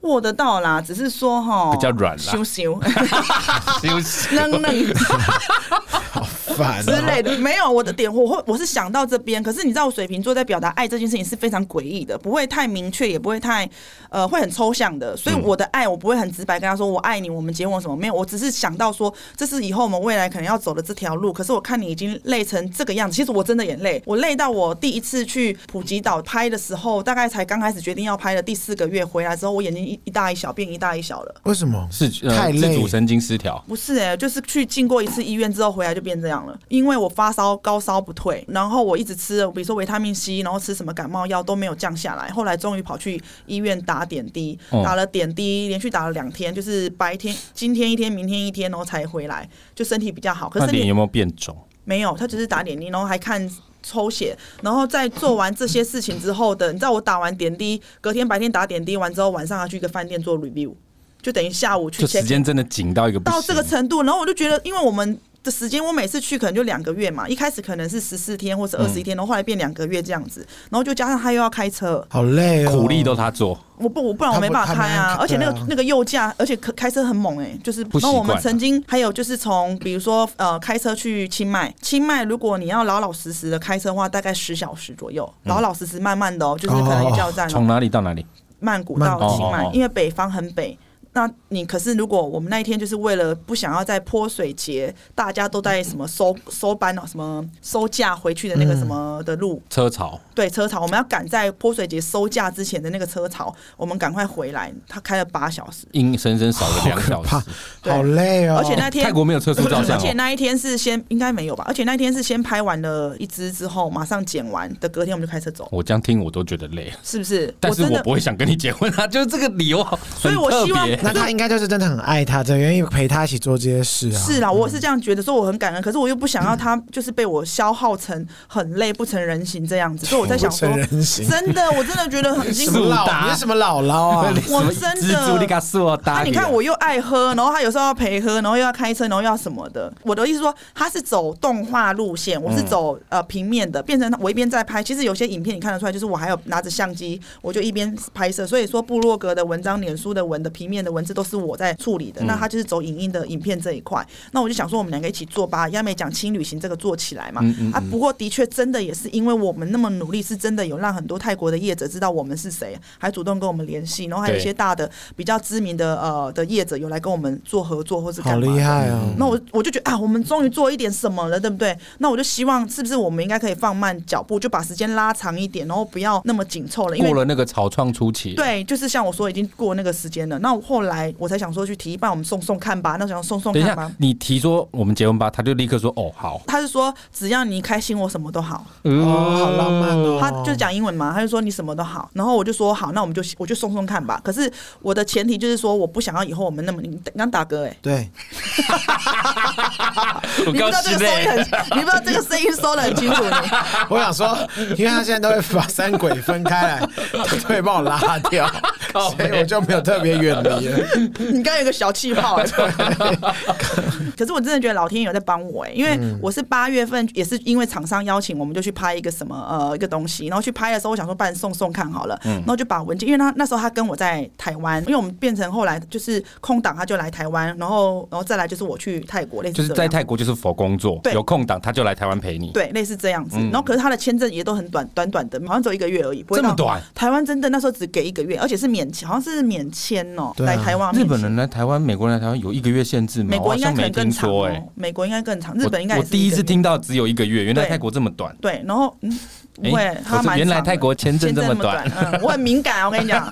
握得到啦。只是说哈，
比较软啦
羞羞
休息。
愣愣
烦
之
哦、
类的。没有我的点，我会我是想到这边，可是你知道，我水瓶座在表达爱这件事情是非常诡异的，不会太明确，也不会太呃会很抽象的。所以我的爱，我不会很直白跟他说我爱你，我们结婚什么没有，我只是想到说这是以后我们未来可能要走的这条路。可是我看你已经累成这个样子，其实我真的也累，我累到我第一次去普吉岛拍的时候，大概才刚开始决定要拍的第四个月回来之后，我眼睛一一大一小变一大一小了。
为什么？
是
太
呃、
累
自主神经失调。
不是哎、就是去进过一次医院之后回来就变这样了，因为我发烧高烧不退，然后我一直吃了，比如说维他命 C，然后吃什么感冒药都没有降下来，后来终于跑去医院打点滴，
哦
打了点滴，连续打了两天，就是白天今天一天，明天一天，然后才回来，就身体比较好。可
那
是
脸
你
有没有变肿？
没有，他只是打点滴，然后还看。抽血，然后在做完这些事情之后的，你知道我打完点滴，隔天白天打点滴完之后，晚上还去一个饭店做 review，就等于下午去
就
check
时间真的紧到一个不
到
行。
这个程度，然后我就觉得，因为我们的时间，我每次去可能就两个月嘛，一开始可能是十四天或是二十一天，然后后来变两个月这样子，然后就加上他又要开车，
好累哦，
苦力都他做，
我不我不然我
他不
没办法
他
开
没办
啊
法，
而且那
对啊
个那个右驾，而且可开车很猛哎、就是。
不习
然后我们
惯啊
曾经还有就是从比如说呃开车去清迈，清迈如果你要老老实实的开车的话，大概十小时左右，
嗯
老老实实慢慢的哦，就是可能一加油站哦
从哪里到哪里？
曼谷到
曼谷
清迈，
哦哦哦
因为北方很北。那你可是，如果我们那一天就是为了不想要在泼水节，大家都在
嗯
什么收收班哦，什么收假回去的那个什么
嗯
的路，
车潮，
对车潮，我们要赶在泼水节收假之前的那个车潮，我们赶快回来。他开了八小时，
硬生生少了两
可
小
怕
时。，哎
对
好累哦。
而且那天
泰国没有测速照相
而且
哦，
那一天是先应该没有吧？而且那一天是先拍完了一支之后，马上剪完的，隔天我们就开车走，
我这样听我都觉得累。
是不是？
但是
真
我
的
不会想跟你结婚啊， 就是这个理由好，
所
很
以我
特
希望
别。
那他应该就是真的很爱他，才愿意陪他一起做这些事啊。
是啦，我是这样觉得，说我很感恩，可是我又不想要他就是被我消耗成很累、不成人形这样子，所以我在想说
不成，人形
真的，我真的觉得很辛
什
苦
么。
速
姥？
达
你是什么姥姥 啊？
我
什么
真的
蜘蛛你敢说我
那、
打
啊你看，我又爱喝，然后他有时候要陪喝，然后又要开车，然后又要什么的。我的意思说，他是走动画路线，我是走、呃平面的，变成我一边在拍。其实有些影片你看得出来，就是我还有拿着相机，我就一边拍摄。所以说，部落格的文章、脸书的文的平面的文字都是我在处理的。那他就是走影音的影片这一块。那我就想说，我们两个一起做吧，亚美讲轻旅行这个做起来嘛。
嗯嗯
啊，不过的确真的也是因为我们那么努力，是真的有让很多泰国的业者知道我们是谁，还主动跟我们联系，然后还有一
对
些大的比较知名的呃的业者有来跟我们做合作或是
好
干嘛
厉
的。
害哦！
那我我就觉得啊，我们终于做一点什么了，对不对？那我就希望是不是我们应该可以放慢脚步，就把时间拉长一点，然后不要那么紧凑了，因
过
为。
了那个草创初期，，
对，就是像我说，已经过那个时间了。那我后来我才想说去提议，帮我们送送看吧。那我想送送
等一
看
下
吧。
你提说我们结婚吧，他就立刻说哦好，
他是说只要你开心，我什么都好。
哦，好浪漫哦！
嗯他就讲英文嘛，他就说你什么都好，然后我就说好，那我们就我就送送看吧。可是我的前提就是说，我不想要以后我们那么你刚打嗝哎、
对，
我
你不知
高
道这
兴
个收音很
嘞。，
你不知道这个声音收的很清楚你。
我想说，因为他现在都会把三鬼分开来，他都会把我拉掉。
靠
所以我
背。
就没有特别远离了。
你刚刚有个小气 泡、 欸，可是我真的觉得老天有在帮我哎、因为
嗯
我是八月份也是因为厂商邀请，我们就去拍一个什么呃一个东西，然后去拍的时候我想说不然送送看好
嗯
了，然后就把文件，因为他那时候他跟我在台湾，因为我们变成后来就是空档他就来台湾，然后然后再来就是我去泰国，类似
就是
这
在
样
泰国就是否工作，
对
有空档他就来台湾陪你。
对，类似这样子。然后可是他的签证也都很短，短短的，好像只有一个月而已，不会
嗯这么
到
短。
台湾真的那时候只给一个月，而且是免签，好像是免签哦、
对啊
来台湾免
日
签
本人来台湾，美国人来台湾有一个月限制吗？
美
我
国
好
应该
像没
可能更
听
长、
说
哦
哎。
美国应该更长，日
我
本应该也
我
是
第一
个
次
月
听到只有一个月，原来
对
泰国这么短。
对，然后 嗯，不会，
哎
他
可
蛮
是原来
长的
泰国签证
签
这
证
么
那么
短，
短，嗯，我很敏感，我 跟你讲。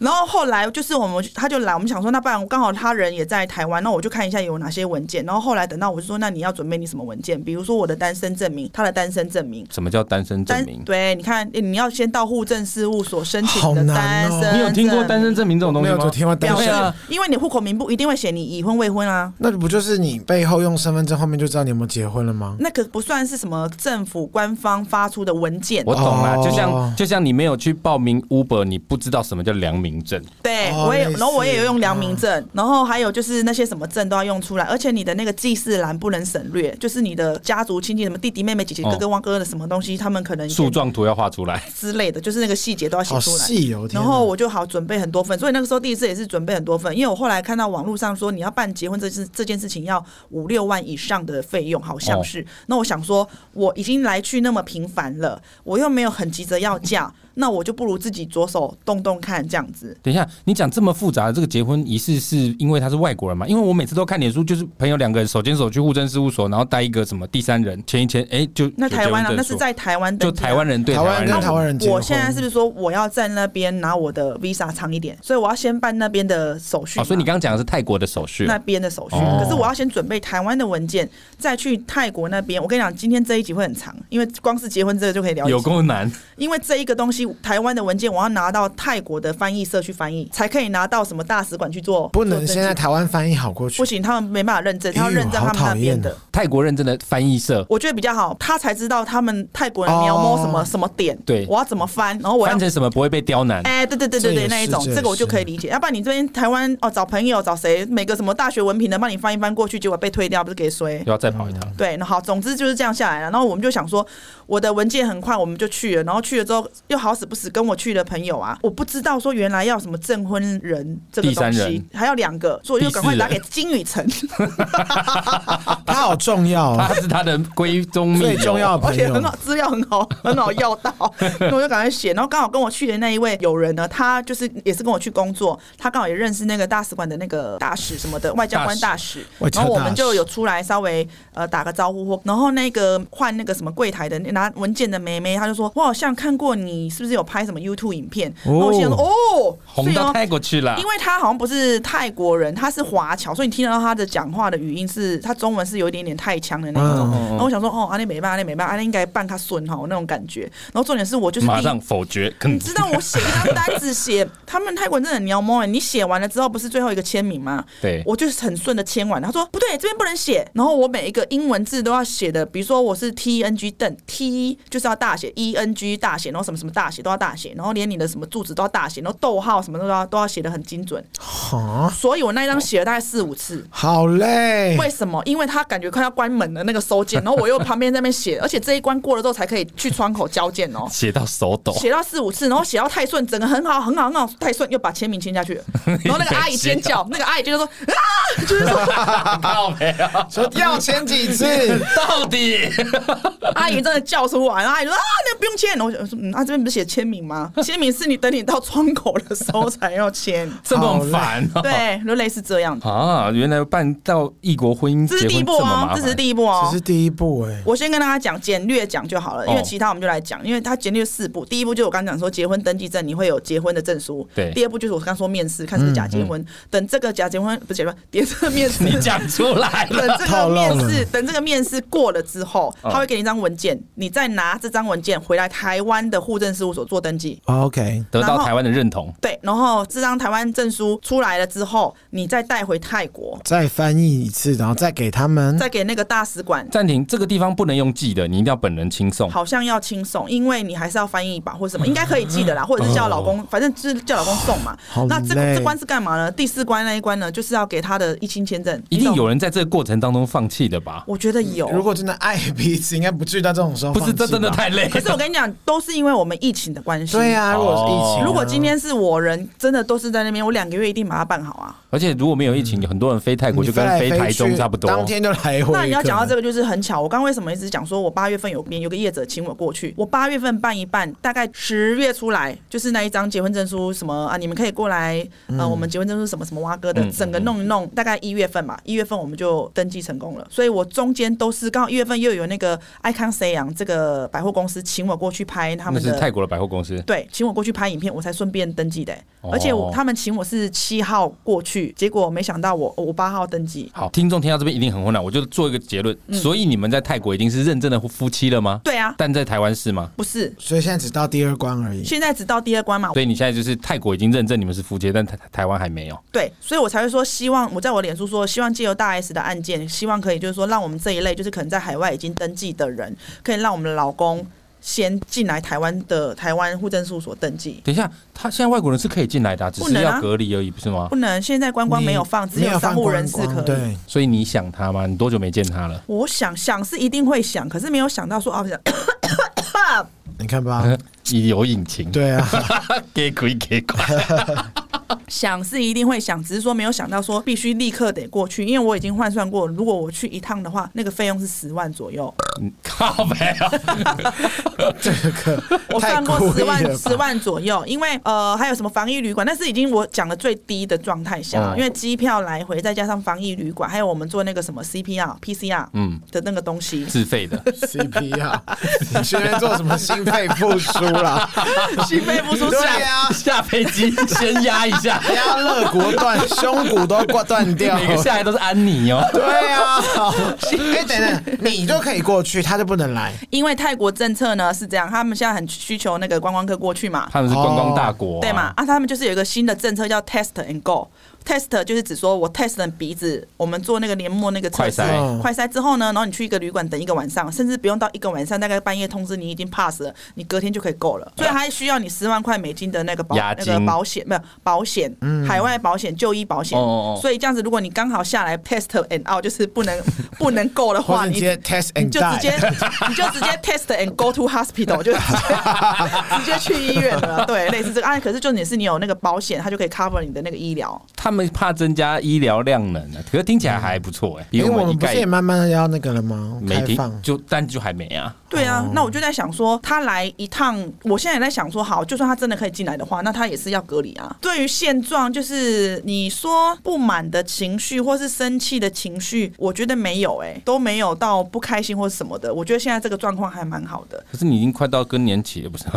然后后来就是我们他就来，我们想说那不然刚好他人也在台湾，那我就看一下有哪些文件。然后后来等到我就说那你要准备你什么文件，比如说我的单身证明，他的单身证明。
什么叫单身证
单
明？
对，你看，你要先到户政事务所申请
好
的
难
单
哦
身证，
你有听过单身证明这种东
没
西
有，
吗
就？听过单
表
对
示
身，
啊，
因为你户口名簿一定会写你已婚未婚啊。
那不就是你背后用身份证后面就知道你有没有结婚了吗？
那个不算是什么政府官方发出的文件，
我懂了，
哦
就像就像你没有去报名 Uber，你不知道什么叫良民证。
对、
哦
我也，
类似
然后我也有用良民证，然后还有就是那些什么证都要用出来，而且你的那个记事栏不能省略，就是你的家族亲戚什么弟弟妹妹姐姐
哦
哥哥汪哥的什么东西，他们可能
树状图要画出来，
之类的，就是那个细节都要写
好
出来。
细哦，天哪
然后我就好准备很多份，所以那个时候第一次也是准备很多份，因为我后来看到网络上说你要办结婚这件这件事情要五六万以上的费用，好像
哦
是。那我想说，我已经来去那么频繁了，我又没有很急着要 嫁，那我就不如自己着手动动看这样子。
等一下，你讲这么复杂的这个结婚仪式，是因为他是外国人嘛？因为我每次都看脸书，就是朋友两个人手牵手去户政事务所，然后带一个什么第三人牵一牵，哎、就
那
就
台湾
结
啊
婚，
那
证
是
书
在台湾登
就
记啊
台湾。人对
台湾跟
人
台湾人结婚，
我现在是不是说我要在那边拿我的 visa 长一点，所以我要先办那边的手续
哦，
嘛、
所以你刚刚讲的是泰国的手续
那边的手续，
哦
可是我要先准备台湾的文件，再去泰国那边。我跟你讲，今天这一集会很长，因为光是结婚这个就可以聊一集
有够难，
因为这一个东西，台湾的文件我要拿到泰国的翻译社去翻译，才可以拿到什么大使馆去做。
不
做
能
登
现在
记
台湾翻译好过去
不，行，他们没办法认证，他要
哎呦
认证他
好
们
讨
那边
厌
的
哦。
泰国认证的翻译社。
我觉得比较好，他才知道他们泰国人描摸什么、
哦
什么点，
对
我要怎么翻，然后我要
翻成什么不会被刁难？
哎、对对对对
这
对，
也
那一
是
种，
这也
这个我就是可以理解。要不然你这边台湾哦，找朋友找谁，每个什么大学文凭的帮你翻一翻过去，结果被推掉，不是给谁？
又要再跑一趟。
对，那好，总之就是这样下来了。然后我们就想说，我的文件很快我们就去了，然后去了之后又好死不死跟我去的朋友啊，我不知道说原来要什么证婚人这个
第
东
三
西
人，
还有两个，所以我就赶快
第四
打
人
给金宇澄，
他好重要哦，
他是他的闺中密哦
最
友，
重要的
而
朋
且
友
很。好，资料很好，很好要 到，那我就赶快写。然后刚好跟我去的那一位友人呢，他就是也是跟我去工作，他刚好也认识那个大使馆的那个大使什么的外交官大使，
外交大
然后
使
我们就有出来稍微呃打个招呼或，然后那个换那个什么柜台的拿文件的妹妹，她就说我好像看过你是不是有拍什么 YouTube 影片，然后我心想说哦，
红
是哦
到泰国去了
因。为他好像不是泰国人，他是华侨，所以你听得到他的讲话的语音是，他中文是有一点点太腔的那一种。
嗯
嗯嗯
然后我想说，哦，阿内没办，阿内没办，阿内应该办他孙哈那种感觉。然后重点是我就是第
马
一
上否决，肯
你知道我写一张单子写，他们泰国人真的很喵猫哎，你写完了之后不是最后一个签名吗？
对
我就是很顺的签完。他说不对，这边不能写。然后我每一个英文字都要写的，比如说我是 T N G 邓 T 就是要大写，E N G 大写，然后什么什么大写都要大写，然后连你的什么住址都要大写，然后逗号什么都要都要写的很精准。
哈，
所以我那一张写了大概四五次。
好累，
为什么？因为他感觉快要关门了那个收件，然后我又旁边在那边写，而且这一关过了之后才可以去窗口交件哦。
写到手抖，
写到四五次，然后写到太顺，整个很好，很好，很好，太顺又把签名签下去了。然后那个阿姨尖叫，那个阿姨就说啊，就是说
到没
啊
有？
说要签几次？
到底
阿姨真的叫出来，然后阿姨就说啊，那不用签。然后我就说嗯，啊这边不是写签名吗？签名是你等你到窗口的时候才要签。
这么烦哦
对，就类似这样。
啊！原来办到异国婚姻
这是
结
第一
婚
步
这么
哦
麻，
这是
烦，
第一步哦
只是。第一步哎，
我先跟大家讲，简略讲就好了，因为
哦
其他我们就来讲，因为它简略四步。第一步就是我刚讲说，结婚登记证你会有结婚的证书。
对嗯
第二步就是我刚说面试，看是不是假结婚。等这个假结婚不是假结婚，等这个 面试
你讲出来了。
等这个
透露
面试，
了
等这个面试过了之后，
哦
他会给你一张文件，你再拿这张文件回来台湾的户政事务所做登记。
OK，
得
然
到
后
台湾的认同，
对，然后这张台湾证书出来了之后，你再带回泰国，
再翻译一次，然后再给他们。
再给那个大使馆，
暂停，这个地方不能用寄的，你一定要本人亲送。
嗯
好像要轻松，因为你还是要翻译吧，或者什么，应该可以记得啦，或者是叫老公，反正就是叫老公送嘛
哦好。
那这
累
这关是干嘛呢？第四关那一关呢，就是要给他的一亲签证。
一定
你懂
有
吗，
人在这个过程当中放弃的吧？
我觉得有。
如果真的爱彼此，应该不至于到这种时候
不
放
是，
弃吧。
这真的太累
可是我
了。
跟你讲，都是因为我们疫情的关系。
对呀、如果是疫情啊、
哦
如果今天是我人，真的都是在那边，我两个月一定把它办好啊。
而且如果没有疫情，很多人飞泰国
你
就跟
来
飞台中
去
差不多。
当天就来回。
那你要讲到这
个，
个，就是很巧。我刚刚为什么一直讲说我八月份有边有个业者请我过去，我八月份办一办，大概十月出来，就是那一张结婚证书什么啊，你们可以过来，呃，我们结婚证书什么什么蛙哥的，
嗯
整个弄一弄，大概一月份嘛，一月份我们就登记成功了。所以我中间都是刚好一月份又有那个爱康 C 阳这个百货公司请我过去拍他
那
们
是泰
的。
国的百货公司，
对，请我过去拍影片，我才顺便登记的、
哦
而且我他们请我是七号过去，结果没想到我哦我八号登记，
好，听众听到这边一定很混乱，我就做一个结论。所以你们在泰国已经是认真的夫妻了吗？
对啊，
但在台湾是吗？
不是，
所以现在只到第二关而已。
现在只到第二关嘛，
所以你现在就是泰国已经认证你们是夫妻，但台台湾还没有。
对，所以我才会说，希望我在我脸书说，希望借由大 S 的案件，希望可以就是说，让我们这一类就是可能在海外已经登记的人，可以让我们的老公先进来台湾的台湾户政事务所登记。
等一下，他现在外国人是可以进来的啊、只
不
是
能啊
要隔离而已，不是吗？
不能，现在观光没有放，
你
只有商务人士
没有放
可
观光
以。
对，
所以你想他吗？你多久没见他了？
我想想是一定会想，可是没有想到说啊，我 想
你看吧，
有隐情，
对啊，
给鬼给鬼。
想是一定会想，只是说没有想到说必须立刻得过去，因为我已经换算过，如果我去一趟的话，那个费用是十万左右。
嗯靠北啊！
我算过
太贵
十万
了吧
十万左右，因为呃还有什么防疫旅馆，那是已经我讲的最低的状态下，
嗯
因为机票来回再加上防疫旅馆，还有我们做那个什么 CPR、PCR
嗯，
的那个东 西，
自费的，
CP 啊，你学员做什么心肺复苏啦？
心肺复苏
对
下
啊
下飞机先压一下，
压肋骨断，胸骨都断断 掉。
每个下来都是安妮哦。
对啊，哎，等等，你就可以过去，他就不能来。
因为泰国政策呢是这样，他们现在很需求那个观光客过去嘛，
他们是观光大国、
对嘛？？啊，他们就是有一个新的政策叫 test and go。test 就是指说我 test 了鼻子，我们做那个黏膜那个测试
快筛
嗯，
快筛之后呢，然后你去一个旅馆等一个晚上，甚至不用到一个晚上，大概半夜通知你已经 pass 了，你隔天就可以够了。所以还需要你十万块美金的那个保
哎押
那
金
个保险，没有保险，海外保险、就医保险
哦哦哦。
所以这样子，如果你刚好下来 test and out，就是不能不能够 的
或
话，
者你直
你
接 test
你
and
就直接
die，
你就直接 test and go to hospital，就直 接直接去医院了。对，类似这个啊，可是重点是你有那个保险，它就可以 cover 你的那个医疗。
他们怕增加医疗量能啊，可是听起来还不错哎、比
因为我
们一
们不是
概
也慢慢的要那个了吗？
没
开放
听，就但就还没啊。
对
哦
啊，那我就在想说，他来一趟，我现在也在想说，好，就算他真的可以进来的话，那他也是要隔离啊。对于现状，就是你说不满的情绪或是生气的情绪，我觉得没有、欸，都没有到不开心或什么的。我觉得现在这个状况还蛮好的。
可是你已经快到更年期了，不是 吗？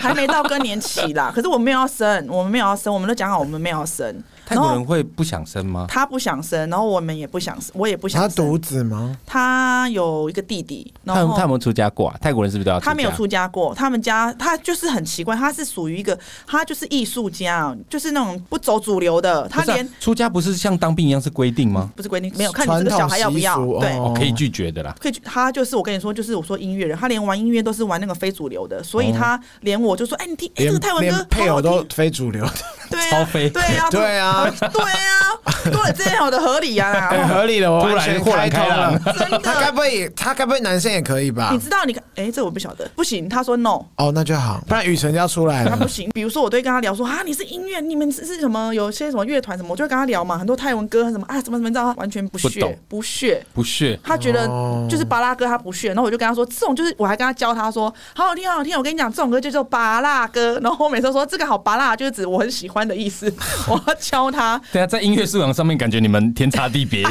还没到更年期啦，可是我没有要生，我们没有要生，我们都讲好我们没有要生。
泰
然
国
后
人会不想生吗？
他不想生，然后我们也不想生，我也不
他
想
独
生。
子吗？
他有一个弟弟，然
他们
后
他有没有出家过啊？泰国人是不是都要出家？
他没有出家过，他们家他就是很奇怪，他是属于一个他就是艺术家，就是那种不走主流的，他
不是啊
连
出家不是像当兵一样是规定吗？
不是规定没有看你这个小孩要不要
传统习俗
对。
哦
哦，可以拒绝的啦。
可以去，他就是我跟你说，就是我说音乐人，他连玩音乐都是玩那个非主流的，所以他连我就说，哎、你听，哎、这
连
个泰文歌
连配
好好
偶
听
都非主流的，
对啊，
超飞
对 啊，
对啊
他对啊，多了这样的合 理
很
啊。
合理的，我完 全
突然豁然
开通
开朗
了。
真
他该
的，
不会也，他该不会男生也可以吧
你？知道你看，哎、这我不晓得，不行，他说 no。
哦，那就好，不然雨辰就要出来
他不
了。
行，比如说我都会跟他聊说啊，你是音乐，你们是是什么？有些什么乐团什么，我就会跟他聊嘛，很多泰文歌什么啊，什么什么，你知道他完全不屑，
不懂
不屑。
不屑，
他觉得
哦
就是巴拉歌，他不屑。然后我就跟他说，这种就是我还跟他教他说，好好听，好好听。我跟你讲，这种歌就叫巴拉歌。然后我每次都说这个好巴拉，就是指我很喜欢的意思。我要教他，
对啊，在音乐素养上面，感觉你们天差地别。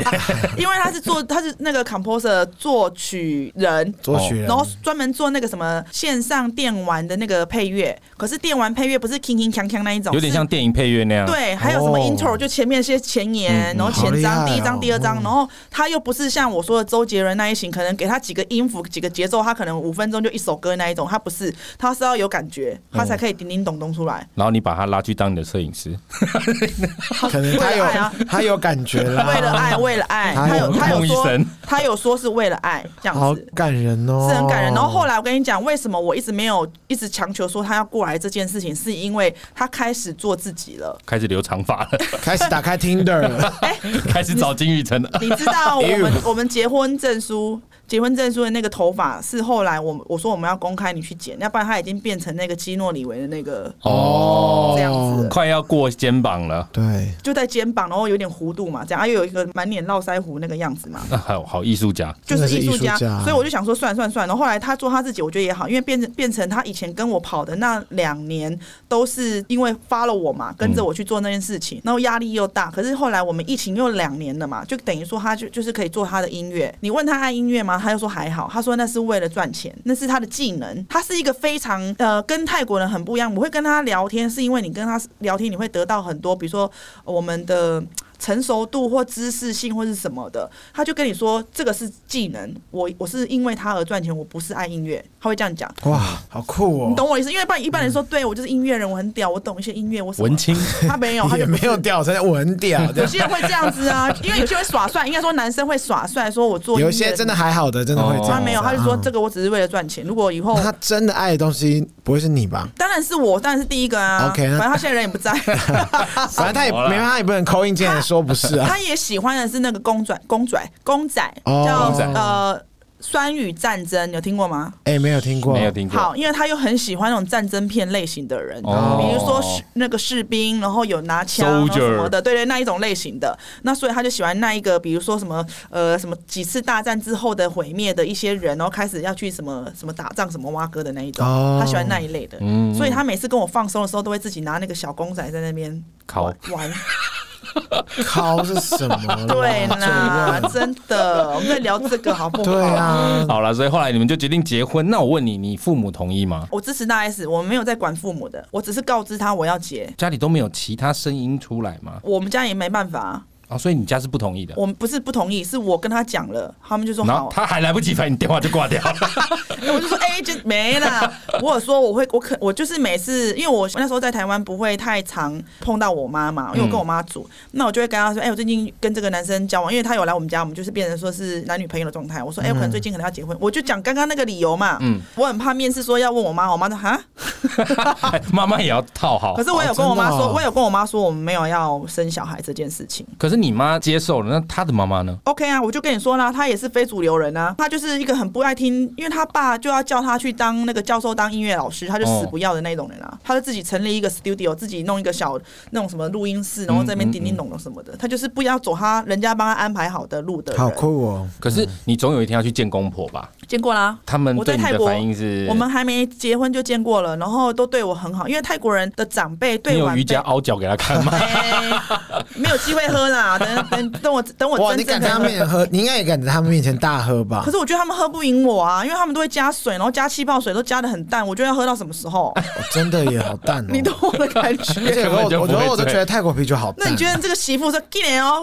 因为 他是 做他是那个 composer 作曲人。
作曲人
然，后专门做那个什么线上电玩的那个配乐，可是电玩配乐不是铿铿锵锵那一种，
有点
是
像电影配乐那样。，
对，还有什么
哦
intro，、就前面一些前言，然
好
后前
厉
章、
害
第一章、
哦
第二章，然后他又不是像我说的周杰伦那一型，可能给他几个音符、几个节奏，他可能五分钟就一首歌那一种，他不是，他是要有感觉，他才可以叮叮咚咚出来。
然后你把他拉去当你的摄影师，
可能
为
他
了
有
爱啊，啊
他有感觉啦，
为了爱，为了爱，
哎
他有他有
孟医
说
生，
他有说是为了爱这样
好
子。
感人哦，
是很感人。然后后来我跟你讲，为什么我一直没有一直强求说他要过来这件事情，是因为他开始做自己了。
开始留长发了，
开始打开 Tinder 了，
开始找金宇澄了。
你知道我
哎呦
们我们结婚证书，结婚证书的那个头发是后来我们我说我们要公开你去剪，要不然他已经变成那个基诺里维的那个
哦，
这样子 了，
快要过肩膀了，
对，
就在肩膀，然后有点弧度嘛，这样，啊又有一个满脸络腮胡那个样子嘛。
那啊好好艺术家，
就
真的
是
是
艺
艺
术
术
家，
家
所以我就想说算了算了算了。然后后来他做他自己，我觉得也好，因为变成变成他以前跟我跑的那两年都是因为 follow 我嘛，跟着我去做那件事情，然后压力又大。可是后来我们疫情又两年了嘛，就等于说他就就是可以做他的音乐。你问他爱音乐吗？他就说还好，他说那是为了赚钱，那是他的技能。他是一个非常呃跟泰国人很不一样。我会跟他聊天，是因为你跟他聊天你会得到很多，比如说呃我们的成熟度或知识性或是什么的，他就跟你说这个是技能，我我是因为他而赚钱，我不是爱音乐，他会这样讲，
哇，好酷哦，
你懂我意思？因为不然一般人说，对我就是音乐人，我很屌，我懂一些音乐，我什么
文，青
他没有，他
也
就不
没
是
有屌，真的我很屌，这
有
样
些人会这样子啊，因为有些人会耍帅，应该说男生会耍帅，说我做
有一
音乐
些真的还好的，真的会这样，
他没有，他就说
嗯
这个我只是为了赚钱，如果以后
那他真的爱的东西不会是你 吧？
当然是我，当然是第一个啊
OK，那
反正他现在人也 不在。
反正他也
好啦
没办法，他也不能扣印进来说不是啊。
他也喜欢的是那个公转公仔公仔，
哦
叫
公仔
呃酸雨战争，有听过吗？
哎，没有听过，
没有听过，
好，因为他又很喜欢那种战争片类型的人，
哦
比如说士那个士兵，然后有拿枪然后
Soldier
什么的，对对，那一种类型的。那所以他就喜欢那一个，比如说什么呃什么几次大战之后的毁灭的一些人，然后开始要去什么什么打仗什么挖哥的那一种，
哦
他喜欢那一类的。
嗯
所以他每次跟我放松的时候，都会自己拿那个小公仔在那边
考
玩。
靠是什么啦？
对啦，
这
真的，我们在聊这个好不好？
个对啊，
好了，所以后来你们就决定结婚。那我问你，你父母同意吗？
我支持大 S，我没有在管父母的，我只是告知他我要结。
家里都没有其他声音出来吗？
我们家也没办法，
啊，所以你家是不同意的。
我们不是不同意，是我跟他讲了，他们就说
然后
好，
他还来不及反应，电话就挂掉 了。
我就说哎、就没啦。我有说我会，我可我就是每次，因为我那时候在台湾不会太常碰到我妈嘛，因为我跟我妈住，那我就会跟她说，哎、我最近跟这个男生交往，因为他有来我们家，我们就是变成说是男女朋友的状态。我说，哎、我可能最近可能要结婚，我就讲刚刚那个理由嘛。
嗯
我很怕面试说要问我妈，我妈说哈，
哎妈妈也要套好
可。是我有跟我妈
真
说，
的哦
我有跟我妈说我们没有要生小孩这件事情。
可是你妈接受了，那她的妈妈呢？
OK 啊，我就跟你说啦，她也是非主流人啊，她就是一个很不爱听，因为她爸就要叫她去当那个教授、当音乐老师，她就
哦
死不要的那种人啊。她就自己成立一个 studio，自己弄一个小那种什么录音室，然后
嗯
在那边叮叮咚咚什么的。她就是不要走她人家帮她安排好的路的人。
好酷哦。
可是你总有一天要去见公婆吧？
见过啦，
他们
我
对
在
你
泰
的
国
反应是？
我们还没结婚就见过了，然后都对我很好，因为泰国人的长辈
你
对
有
晚
瑜
辈
伽。凹脚给她看吗？
哎没有机会喝啦，等等等我等我
哇，你
真
敢
正
在他
的
面前喝？你应该也敢在他们面前大喝吧
可？是我觉得他们喝不赢我啊，因为他们都会加水，然后加气泡水，都加的很淡。我觉得要喝到什么时候？
哦真的也好淡哦。
你懂我的感
而且
觉。
根
我
本就
我
不会
觉得我都
醉
觉得泰国啤酒好淡。
那你觉得这个媳妇说今年哦？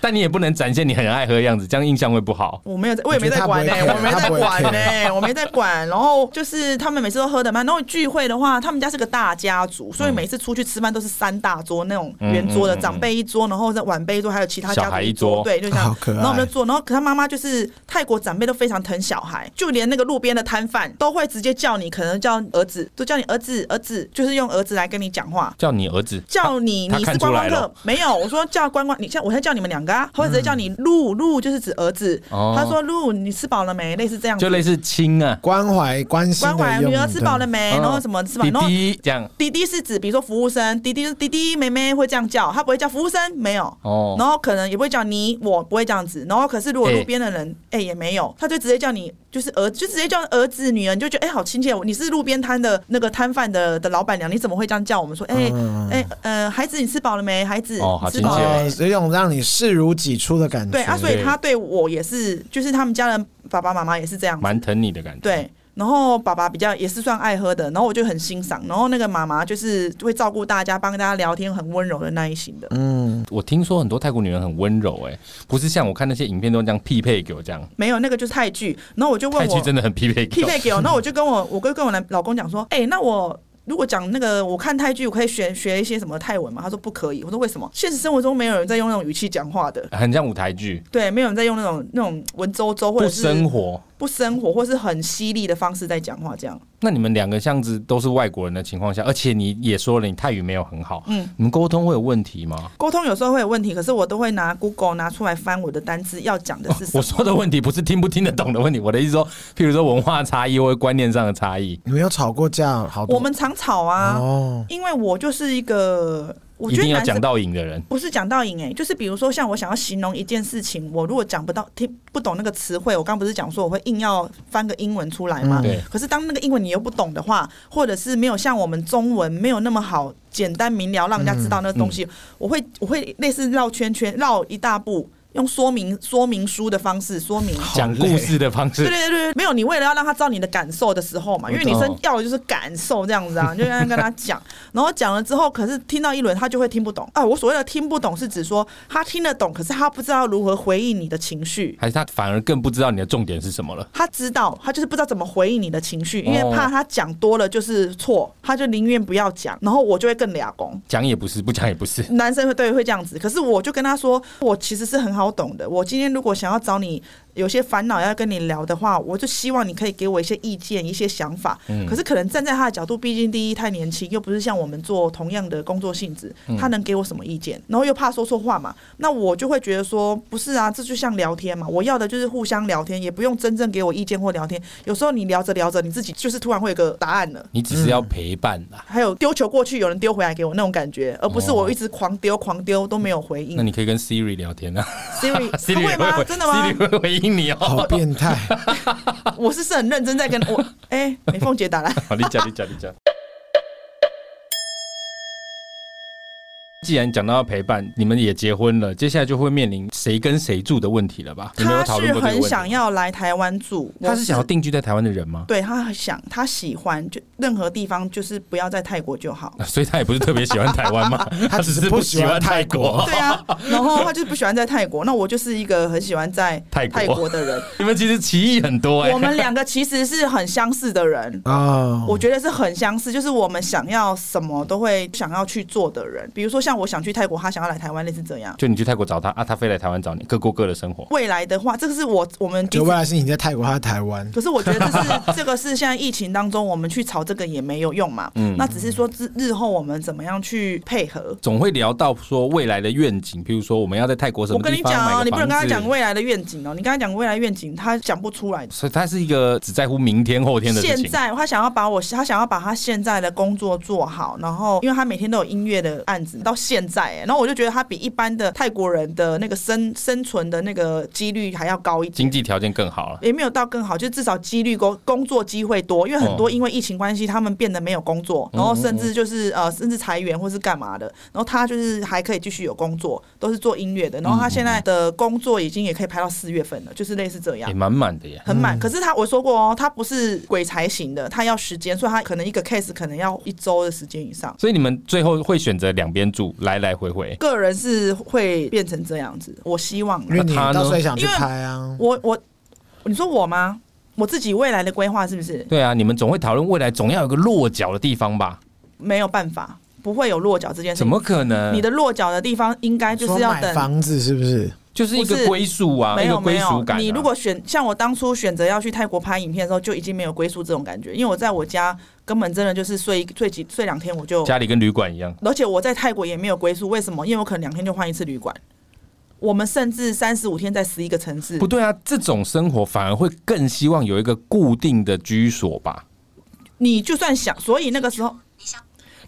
但你也不能展现你很爱喝的样子，这样印象会不好。
我没有在，我也没在管呢、
我觉得
我没
他
在
不会
管
care，
呢、我没在管。 然后就是他们每次都喝的慢，然后聚会的话，他们家是个大家族，所以每次出去吃饭都是三大桌那种圆桌的，
嗯嗯嗯
长辈一桌，然后在晚辈一桌，还有其他家
小
族
孩一
桌，
桌
对，就这样
好。可爱
然后我们就做，然后可他妈妈就是泰国长辈都非常疼小孩，就连那个路边的摊贩都会直接叫你，可能叫儿子，都叫你儿子儿子，就是用儿子来跟你讲话。
叫你儿子，
叫你
他
你
看
是
出
观光
来
客
了，嗯
没有？我说叫观光，你像我才叫你们两个啊，或者直接叫你陆陆就是指儿子。
哦
他说陆，你吃饱了没？类似这样子，
就类似亲啊，
关怀关心
关怀
的用
女儿吃饱了
的
没？哎
嗯
然后什么吃饱？
弟
然后
弟这样
滴滴是指比如说服务生，滴滴滴滴妹妹会这样叫，他不会叫服务生，没有。
哦
然后可能也不会叫你，我不会这样子。然后可是如果路边的人，哎、也没有，他就直接叫你，就是儿，就直接叫儿子、女儿，你就觉得哎、好亲切。你是路边摊的那个摊贩的的老板娘，你怎么会这样叫我们？说哎哎、
嗯
呃，孩子你吃饱了没？孩子、
哦好
吃饱
亲
了
切
没
哦，？有一种让你视如己出的感觉。
对啊，所以
对
他对我也是，就是他们家人爸爸妈妈也是这样子。
蛮疼你的感觉。，
对，然后爸爸比较也是算爱喝的，然后我就很欣赏，然后那个妈妈就是会照顾大家，帮大家聊天，很温柔的那一型的。
嗯，
我听说很多泰国女人很温柔、哎，不是像我看那些影片都这样匹配给我这样，
没有那个就是泰剧，然后我就问
泰剧
我
真的很匹配给
匹
我。
配给我，那我就跟我我哥跟我男老公讲说，哎、那我。如果讲那个我看泰剧，我可以学学一些什么泰文嘛？他说不可以。我说为什么？现实生活中没有人在用那种语气讲话的，
很像舞台剧，
对，没有人在用那种那种文绉绉或
不
者是
生活。
不生活或是很犀利的方式在讲话，这样。
那你们两个这样子都是外国人的情况下，而且你也说了你泰语没有很好，嗯
嗯，
你们沟通会有问题吗？
沟通有时候会有问题，可是我都会拿 Google 拿出来翻我的单字，要讲的是什
我
么。
说的问题不是听不听得懂的问题，我的意思说，譬如说文化差异或者观念上的差异，
你们有吵过架？
哦
好多，
我们常吵啊，
哦，
因为我就是一个，我
一
觉得
定要
男
讲
生
到赢的人。
不是讲到赢哎、就是比如说像我想要形容一件事情，我如果讲不到听不懂那个词汇，我刚不是讲说我会硬要翻个英文出来吗？
嗯
对
可是当那个英文你又不懂的话，或者是没有像我们中文没有那么好简单明了，让人家知道那个东
嗯
西，我会我会类似绕圈圈绕一大步，用说明说明书的方式说明。
好
讲故事的方式，
对对对对，没有你为了要让他知道你的感受的时候嘛，因为女生要的就是感受这样子啊，你就让他跟他讲，然后讲了之后，可是听到一轮他就会听不懂啊。我所谓的听不懂是指说他听得懂，可是他不知道如何回应你的情绪。
还是他反而更不知道你的重点是什么了。
他知道，他就是不知道怎么回应你的情绪，因为
哦
怕他讲多了就是错，他就宁愿不要讲，然后我就会更俩工。
讲也不是，不讲也不是。
男生会对会这样子，可是我就跟他说，我其实是很好懂的。我今天如果想要找你有些烦恼要跟你聊的话，我就希望你可以给我一些意见、一些想法。可是可能站在他的角度，毕竟第一太年轻，又不是像我们做同样的工作性质，他能给我什么意见？然后又怕说错话嘛，那我就会觉得说，不是啊，这就像聊天嘛，我要的就是互相聊天，也不用真正给我意见或聊天。有时候你聊着聊着，你自己就是突然会有个答案了。
你只是要陪伴啦。
还有丢球过去，有人丢回来给我那种感觉，而不是我一直狂丢狂丢都没有回应
哦那。你可以跟 Siri 聊天啊
Siri，他
，Siri
会吗？
回
真的吗？
？Siri 会回应你 哦。
好变态。
我是是很认真在跟我 哎，美凤姐打来，
好，你讲，你讲，你讲。既然讲到陪伴，你们也结婚了，接下来就会面临谁跟谁住的问题了吧？ 你们有
她
讨论
是
过这个
很
问题
想
吗？
要来台湾住，
他
我
是想要定居在台湾的人吗？。
对她很想，她喜欢，就任何地方就是不要在泰国就好
所以他也不是特别喜欢台湾嘛，
他只
只
是
是
不喜
喜
欢
欢泰
泰
国。
对啊，然后她就是不喜欢在泰国，那我就是一个很喜欢在
泰国
的 人。
你们其实歧义很多哎、
我们两个其实是很相似的人，
嗯
啊，
哦我觉得是很相似，就是我们想要什么都会想要去做的人。比如说像我想去泰国，他想要来台湾，类似这样。
就你去泰国找他啊，他飞来台湾找你，各过各的生活。
未来的话，这个是我我们一
就
直
未
啊
来是你在泰国，他在台湾，
可是我觉得这是这个是现在疫情当中，我们去吵这个也没有用嘛。
嗯
那只是说日日后我们怎么样去配合。
总会聊到说未来的愿景，譬如说我们要在泰国什
我
么
跟
地
你
方
讲
买
哦，
个
你不能跟
房
他
子
讲未来的愿景哦，你跟他讲未来愿景，他讲不出来。
所以他是一个只在乎明天后天的事
现
情。
在他想要把我，他想要把他现在的工作做好，然后因为他每天都有音乐的案子，到现在、欸，然后我就觉得他比一般的泰国人的那个生 生存的那个几率还要高一点
经。济条件更好了，
也没有到更好，就至少几率工工作机会多，因为
哦
很多因为疫情关系，他们变得没有工作，
嗯
然后甚至就是呃，甚至裁员或是干嘛的，然后他就是还可以继续有工作，都是做音乐的，然后他现在的工作已经也可以排到四月份了，就是类似这样
也。满满的耶。
很满，可是他我说过哦，他不是鬼才型的，他要时间，所以他可能一个 case 可能要一周的时间以上。
所以你们最后会选择两边住，来来回回。
个人是会变成这样子，我希望啦
因为你
那他呢
到时候也想去拍啊。
我我你说我吗？我自己未来的规划是不是
对啊，你们总会讨论未来，总要有个落脚的地方吧？
没有办法，不会有落脚这件事？
怎么可能？
你的落脚的地方应该就
说
是要
买
等。
房子是不是？
就是一
不
个
是
归宿啊，
没
一个
有没
归属
有
感啊、，
你如果选像我当初选择要去泰国拍影片的时候，就已经没有归宿这种感觉，因为我在我家根本真的就是睡一睡几睡两天我就，
家里跟旅馆一样，
而且我在泰国也没有归宿，为什么？因为我可能两天就换一次旅馆，我们甚至三十五天在十一个城市
不，对啊，这种生活反而会更希望有一个固定的居所吧？
你就算想，所以那个时候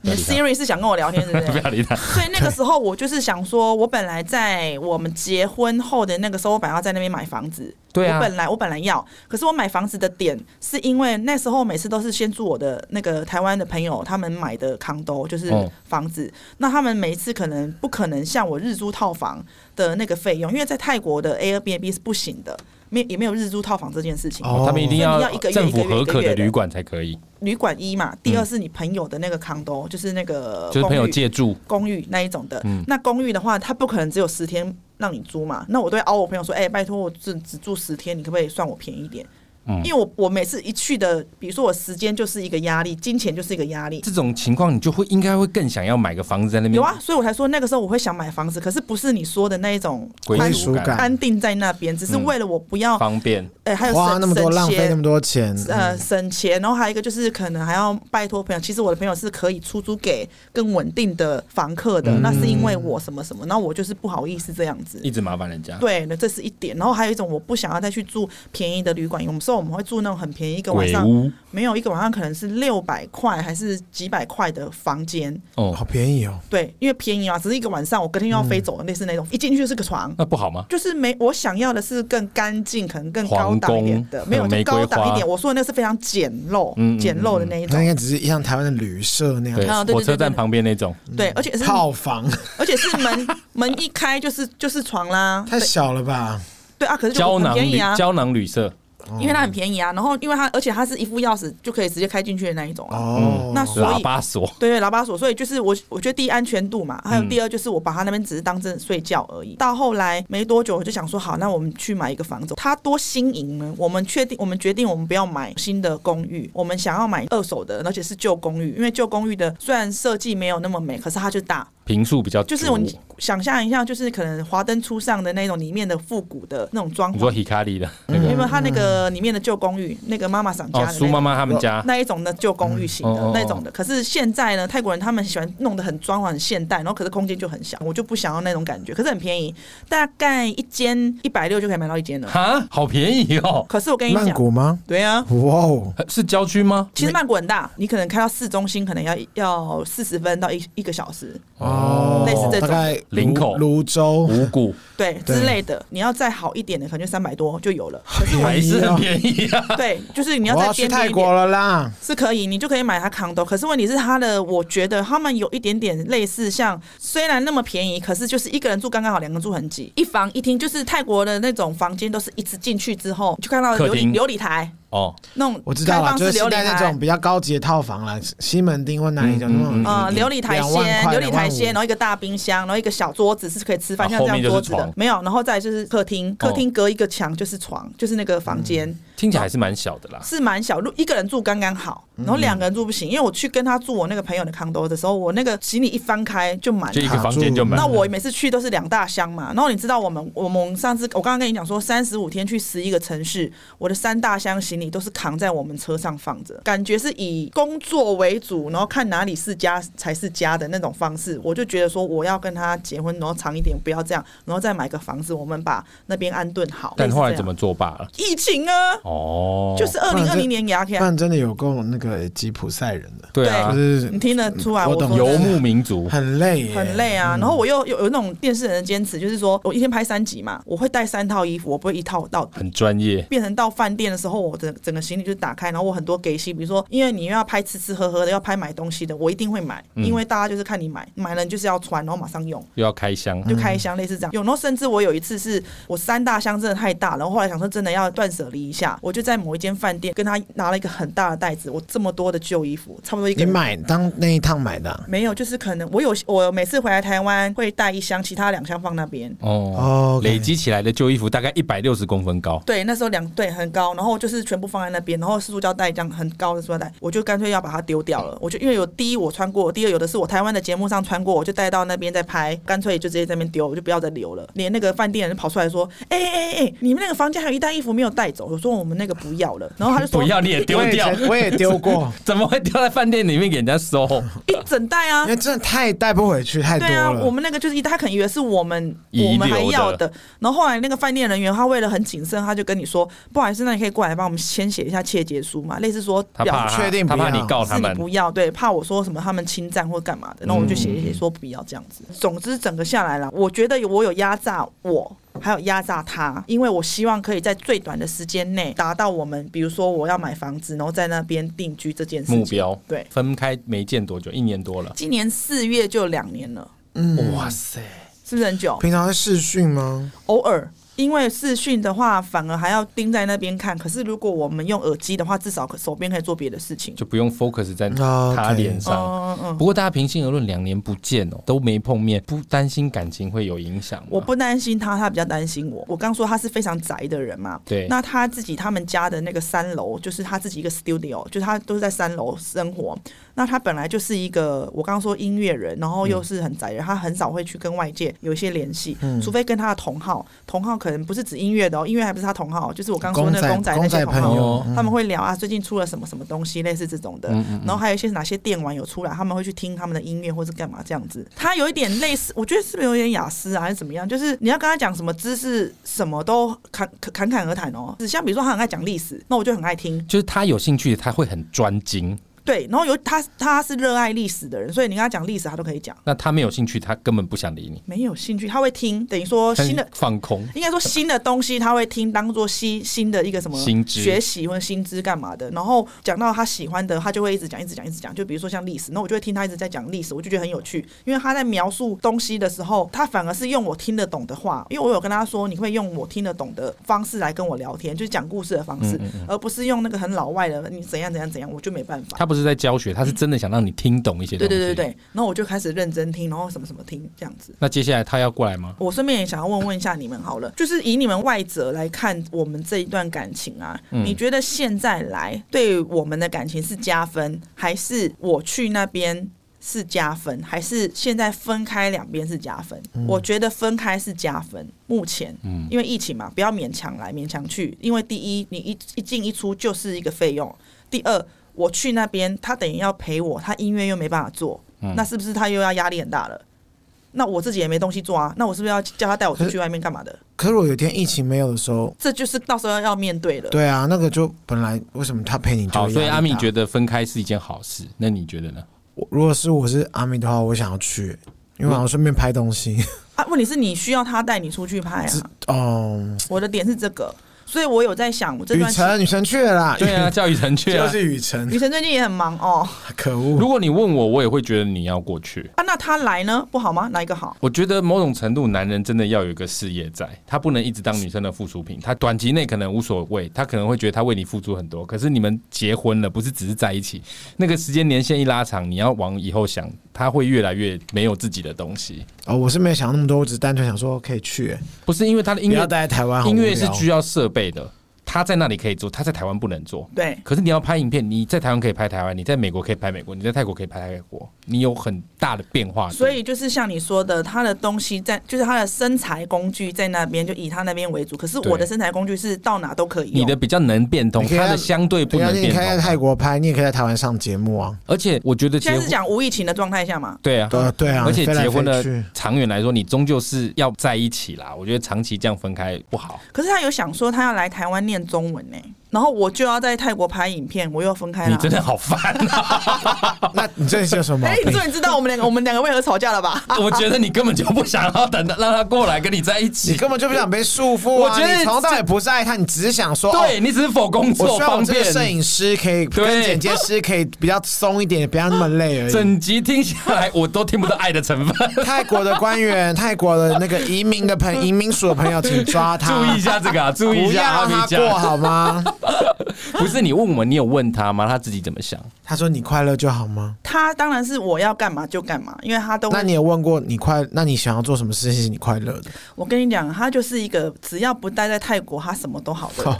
你的 Siri 是想跟我聊天，对不
不
对？
要理他，
所以那个时候我就是想说，我本来在我们结婚后的那个时候，我本来要在那边买房子。
对啊
我本来我本来要，可是我买房子的点是因为那时候每次都是先住我的那个台湾的朋友他们买的康都，就是
嗯
房子。那他们每一次可能不可能像我日租套房的那个费用，因为在泰国的 Airbnb 是不行的，没也没有日租套房这件事情。
哦
他们一定
所以你
要
要一个月
政府
一个月
合
一个
可的
月的
旅馆才可以，
旅馆一嘛，第二是你朋友的那个康都，就是那个
嗯就是朋友
公寓
借住。
公寓那一种的。
嗯
那公寓的话，它不可能只有十天让你租嘛。那我都会凹我朋友说，哎、拜托我只只住十天，你可不可以算我便宜一点？
嗯
因为我我每次一去的，比如说我时间就是一个压力，金钱就是一个压力。
嗯
这种情况，你就会应该会更想要买个房子在那边
有啊，所以我才说那个时候我会想买房子，可是不是你说的那一种
归
归
属
属
感
感
安定在那边，只是为了我不要，
方便。
呃，还
嗯
有
花
省
那么多，
省
浪费
钱
那么多钱，
呃，省钱，然后还有一个就是可能还要拜托朋友。其实我的朋友是可以出租给更稳定的房客的，那是因为我什么什么，那我就是不好意思这样子。
嗯一直麻烦人家。
对，那这是一点。然后还有一种，我不想要再去住便宜的旅馆，有时候我们会住那种很便宜，一个晚
鬼
上
屋
没有一个晚上可能是六百块还是几百块的房间。
哦，
好便宜哦。
对，因为便宜嘛，只是一个晚上，我隔天又要
嗯
飞走，类似那种，一进去是个床。
那不好吗？
就是没，我想要的是更干净，可能更高档一点
皇
的，
宫
没有
还有
就
玫瑰
高档一点。
花
我说的那是非常简陋、
嗯嗯
简陋的那一种
那应。该只是像台湾的旅社那样
对
啊，对对
火车站
对对
旁边那种，
对，而且是
套 房，
而且是 门门一开就是就是床啦，
太小了吧？
对啊，可是就
胶
很
囊
便宜
旅
啊，
胶囊旅社，
哦
因为它很便宜啊。然后因为它而且它是一副钥匙就可以直接开进去的那一种
嗯
啊。
哦，
那所
喇
以
叭锁，
对对，喇叭锁，所以就是我，我觉得第一安全度嘛，还有第二就是我把他那边只是当真睡觉而已。到后来没多久，我就想说，好，那我们去买一个房子，它多新颖呢。我们确定，我们决定我们不要买新的公寓，我们想要买二手的，而且是旧公寓，因为旧公寓的虽然设计没有那么美，可是它就大，
平数比较
就是
足
我你想象一下，就是可能华灯初上的那种里面的复古的那种装
你
潢
说，Hikari 的那
因
个
为它那个里面的旧公寓，那个妈妈想家
哦，
的
苏
嗯那
妈
种。
妈他们家
那一种的旧公寓型的、
嗯哦哦哦
那种的，可是现在呢，泰国人他们喜欢弄得很装潢、很现代，然后可是空间就很小，我就不想要那种感觉。可是很便宜，大概一间一百六就可以买到一间了。
哈，好便宜哦，
可是我跟你
曼
讲，
谷吗？
对啊，
哇哦，
呃是郊区吗？
其实曼谷很大，你可能开到市中心，可能要要四十分到一一个小时，
哦，
类似这
大
种
概
林口
泸州，
五谷
对
对
之类的。你要再好一点的，可能就三百多就 有了。
还是很便宜啊，
对，就是你要
我
再
要去
边边一
泰
点
国了啦！
是可以，你就可以买它 condo。可是问题是它的，我觉得他们有一点点类似像，虽然那么便宜，可是就是一个人住刚刚好，两个人住很挤，一房一厅，就是泰国的那种房间，都是一直进去之后就看到
客
琉璃
厅
琉璃台
哦，
那种
我知
开
道了，
放
就是
式琉
现
璃
在那
台
种。比较高级的套房啦，西门町或哪里的那
嗯嗯嗯
种
嗯
啊、琉璃台
两万
先，
块
琉璃台先，
两万五
然后一个大冰箱，然后一个小桌子是可以吃饭，
啊
像这
后
样
面就是
桌子的
床，哦
没有，然后再就是客厅，客厅隔一个墙就是床，就是那个房间，
听起来还是蛮小的啦。
是蛮小，如一个人住刚刚好，
嗯
然后两个人住不行，因为我去跟他住我那个朋友的 condo 的时候，我那个行李一翻开就满
就一
了。
个房间就满
啊那
了，
我每次去都是两大箱嘛，然后你知道我们我们上次我刚刚跟你讲说，三十五天去十一个城市，我的三大箱行李都是扛在我们车上放着，感觉是以工作为主，然后看哪里是家才是家的那种方式。我就觉得说我要跟他结婚，然后长一点，不要这样，然后再买个房子，我们把那边安顿好。
但
类似
后来
这样
怎么作罢了？
疫情啊？
哦，
就是二
不然
零
这
二零年牙签
不。然真的有够那个吉普赛人的，
对啊
就，
你
是
听得出来，
我
我
懂
说
游
真的
牧民族，
很累，
很。累啊。然后我又有有那种电视人的坚持，就是说我一天拍三集嘛，我会带三套衣服，我不会一套到底。
很专业，
变成到饭店的时候，我整整个行李就打开，然后我很多给息，比如说，因为你又要拍吃吃喝喝的，要拍买东西的，我一定会买，因为大家就是看你买，买了你就是要穿，然后马上用。
又要开箱，
就开箱，类似这样。有然后甚至我有一次是我三大箱真的太大了，然后后来想说真的要断舍离一下，我就在某一间饭店跟他拿了一个很大的袋子，我这么多的旧衣服，差不多一个
你
人
买当那一趟买的啊
没有，就是可能我有我每次回来台湾会带一箱，其他两箱放那边。
哦
哦，，OK 哦
累积起来的旧衣服大概一百六十公分高，
对，那时候两对很高，然后就是全部放在那边，然后是塑胶袋这样很高的塑胶袋，我就干脆要把它丢掉了。我就因为有第一我穿过，第二有的是我台湾的节目上穿过，我就带到那边再拍，干脆就直接在那边丢，我就不要再留了。连那个饭店人跑出来说：“哎哎哎，你们那个房间还有一袋衣服没有带走。”我说：“我们那个不要了。”然后他就 说：“
不要你也丢
我以
掉，
前我也丢 过，
怎么会丢在饭店里面给人家收？
一整袋啊
因为真的太带不回去，太多
对啊，我
了。
们那个就是一，他可能以为是我们
遗
我们还
留的
要的，然后后来那个饭店人员他为了很谨慎，他就跟你说，不好意思，那你可以过来帮我们签写一下切结书嘛，类似说
他怕
表
他
确定
他
不
怕
要
你告
示
他
你
们，嗯
不要，对，怕我说什么他们侵占或干嘛的，那我们就写一写说不要这样子。总之整个下来了，我觉得有我有压榨我。还有压榨他，因为我希望可以在最短的时间内达到我们，比如说我要买房子，然后在那边定居这件事情
目标。
对，
分开没见多久，一年多了。
今年四月就两年了，
嗯
哇塞，
是不是很久？
平常是视讯吗？
偶尔因为视讯的话，反而还要盯在那边看。可是如果我们用耳机的话，至少可手边可以做别的事情。
就不用 focus 在
啊
他
OK
脸上。
嗯嗯
不
嗯，
过大家平心而论，两年不见哦，都没碰面，不担心感情会有影响吗？
我不担心他，他比较担心我。我刚说他是非常宅的人嘛，
对
那他自己他们家的那个三楼，就是他自己一个 studio，就是他都是在三楼生活。那他本来就是一个我刚刚说音乐人，然后又是很宅人，他很少会去跟外界有一些联系，除非跟他的同好，同好可能不是指音乐的哦，音乐还不是他同好，就是我刚说那个
公
公
仔
仔那些
公
同
仔
好
朋友，
嗯
他们会聊啊，最近出了什么什么东西，类似这种的。然后还有一些哪些电玩有出来，他们会去听他们的音乐或是干嘛这样子。他有一点类似，我觉得是不是有点雅思啊，还是怎么样？就是你要跟他讲什么知识，什么都侃侃侃而谈哦。只像比如说他很爱讲历史，那我就很爱听。
就是他有兴趣，他会很专精；
对，然后有他他是热爱历史的人，所以你跟他讲历史，他都可以讲。
那他没有兴趣，他根本不想理你。
没有兴趣，他会听，等于说新的
他放空，
应该说新的东西他会听，当做新新的一个什么
新知
学习或者新知干嘛的。然后讲到他喜欢的，他就会一直讲，一直讲，一直讲。就比如说像历史，那我就会听他一直在讲历史，我就觉得很有趣，因为他在描述东西的时候，他反而是用我听得懂的话，因为我有跟他说，你会用我听得懂的方式来跟我聊天，就是讲故事的方
嗯
式，而不是用那个很老外的你怎样怎样怎样，我就没办法。
他不是在教学，他是真的想让你听懂一些东
对
西。
对对对，对，然后我就开始认真听，然后什么什么听这样子。
那接下来他要过来吗？
我顺便也想要问问一下你们好了，就是以你们外者来看我们这一段感情啊，你觉得现在来对我们的感情是加分，还是我去那边是加分，还是现在分开两边是加分？我觉得分开是加分。目前，因为疫情嘛，不要勉强来勉强去，因为第一，你一一进一出就是一个费用；第二，我去那边，他等于要陪我，他音乐又没办法做，那是不是他又要压力很大了？那我自己也没东西做啊，那我是不是要叫他带我出去外面干嘛的？
可是我有一天疫情没有的时候，
这就是到时候要面对了。
对啊，那个就本来为什么他陪你就
好，所以阿敏
得
觉得分开是一件好事，那你觉得呢？
如果是我是阿敏的话，我想要去，因为我想顺便拍 东西。
啊，问题是你需要他带你出去拍啊。
哦，
我的点是这个，所以我有在想，我这
雨
段期
辰，雨辰去了啦，
对 啊，教育成
雨，
去啊
就。是雨辰，
雨辰最近也很忙哦。
可恶。
如果你问我，我也会觉得你要过去。
啊，那他来呢，不好吗？哪一个好？
我觉得某种程度，男人真的要有一个事业在，他不能一直当女生的附属品。他短期内可能无所谓，他可能会觉得他为你付出很多。可是你们结婚了，不是只是在一起， 那个时间年限一拉长，你要往以后想，他会越来越没有自己的东西。
哦，我是没有想那么多，我只单纯想说可以去，
不是因为他的音
不要
乐，
待在台啊湾。好
音
无
乐
聊
是需要设备的，他在那里可以做，他在台湾不能做。
对，
可是你要拍影片，你在台湾可以拍台湾，你在美国可以拍美国，你在泰国可以拍泰国，你有很大的变化。
所以就是像你说的，他的东西在，就是他的身材工具在那边，就以他那边为主。可是我的
对
身材工具是到哪都可以哦用。
你的比较能变通，
你可以在
他的相对不
对啊，
能
你
变
可以在
通。
泰国拍，你也可以在台湾上节目啊。
而且我觉得结
现在
婚
是讲无疫情的状态下嘛？
对啊，
对啊对啊，
而且
飞来
结婚
飞
的
去
长远来说，你终究是要在一起啦。我觉得长期这样分开不好。
可是他有想说他要来台湾念中文呢、然后我就要在泰国拍影片，我又分开了。
你真的好烦啊！
那你这是有什么
哎、
毛
你
病？
终于知道我们两个我们两个为何吵架了吧？
我觉得你根本就不想要等他让他过来跟你在一
你
起。
根本就不想被束缚、
我
啊。
觉得
你从头到尾不是爱他，你只是想说，
对
哦、
你只是否工
我
作
希望
方
我这个
便。
摄影师可以
对
跟剪接师可以比较松一点，不要那么累而已。
整集听下来，我都听不到爱的成 分。
泰国的官员、泰国的那个移民的朋、移民署的朋友，请抓他，
注意一下这个啊，注意一
不要
下阿
让
米
他过
讲。
好吗？
不是你问我，你有问他吗？他自己怎么 想？
他说你快乐就好吗？
他当然是我要干嘛就干嘛，因为他都会
那你有问过你快？那你想要做什么事情是你快乐 的？
我跟你讲，他就是一个只要不待在泰国，他什么都好 的人。
哦，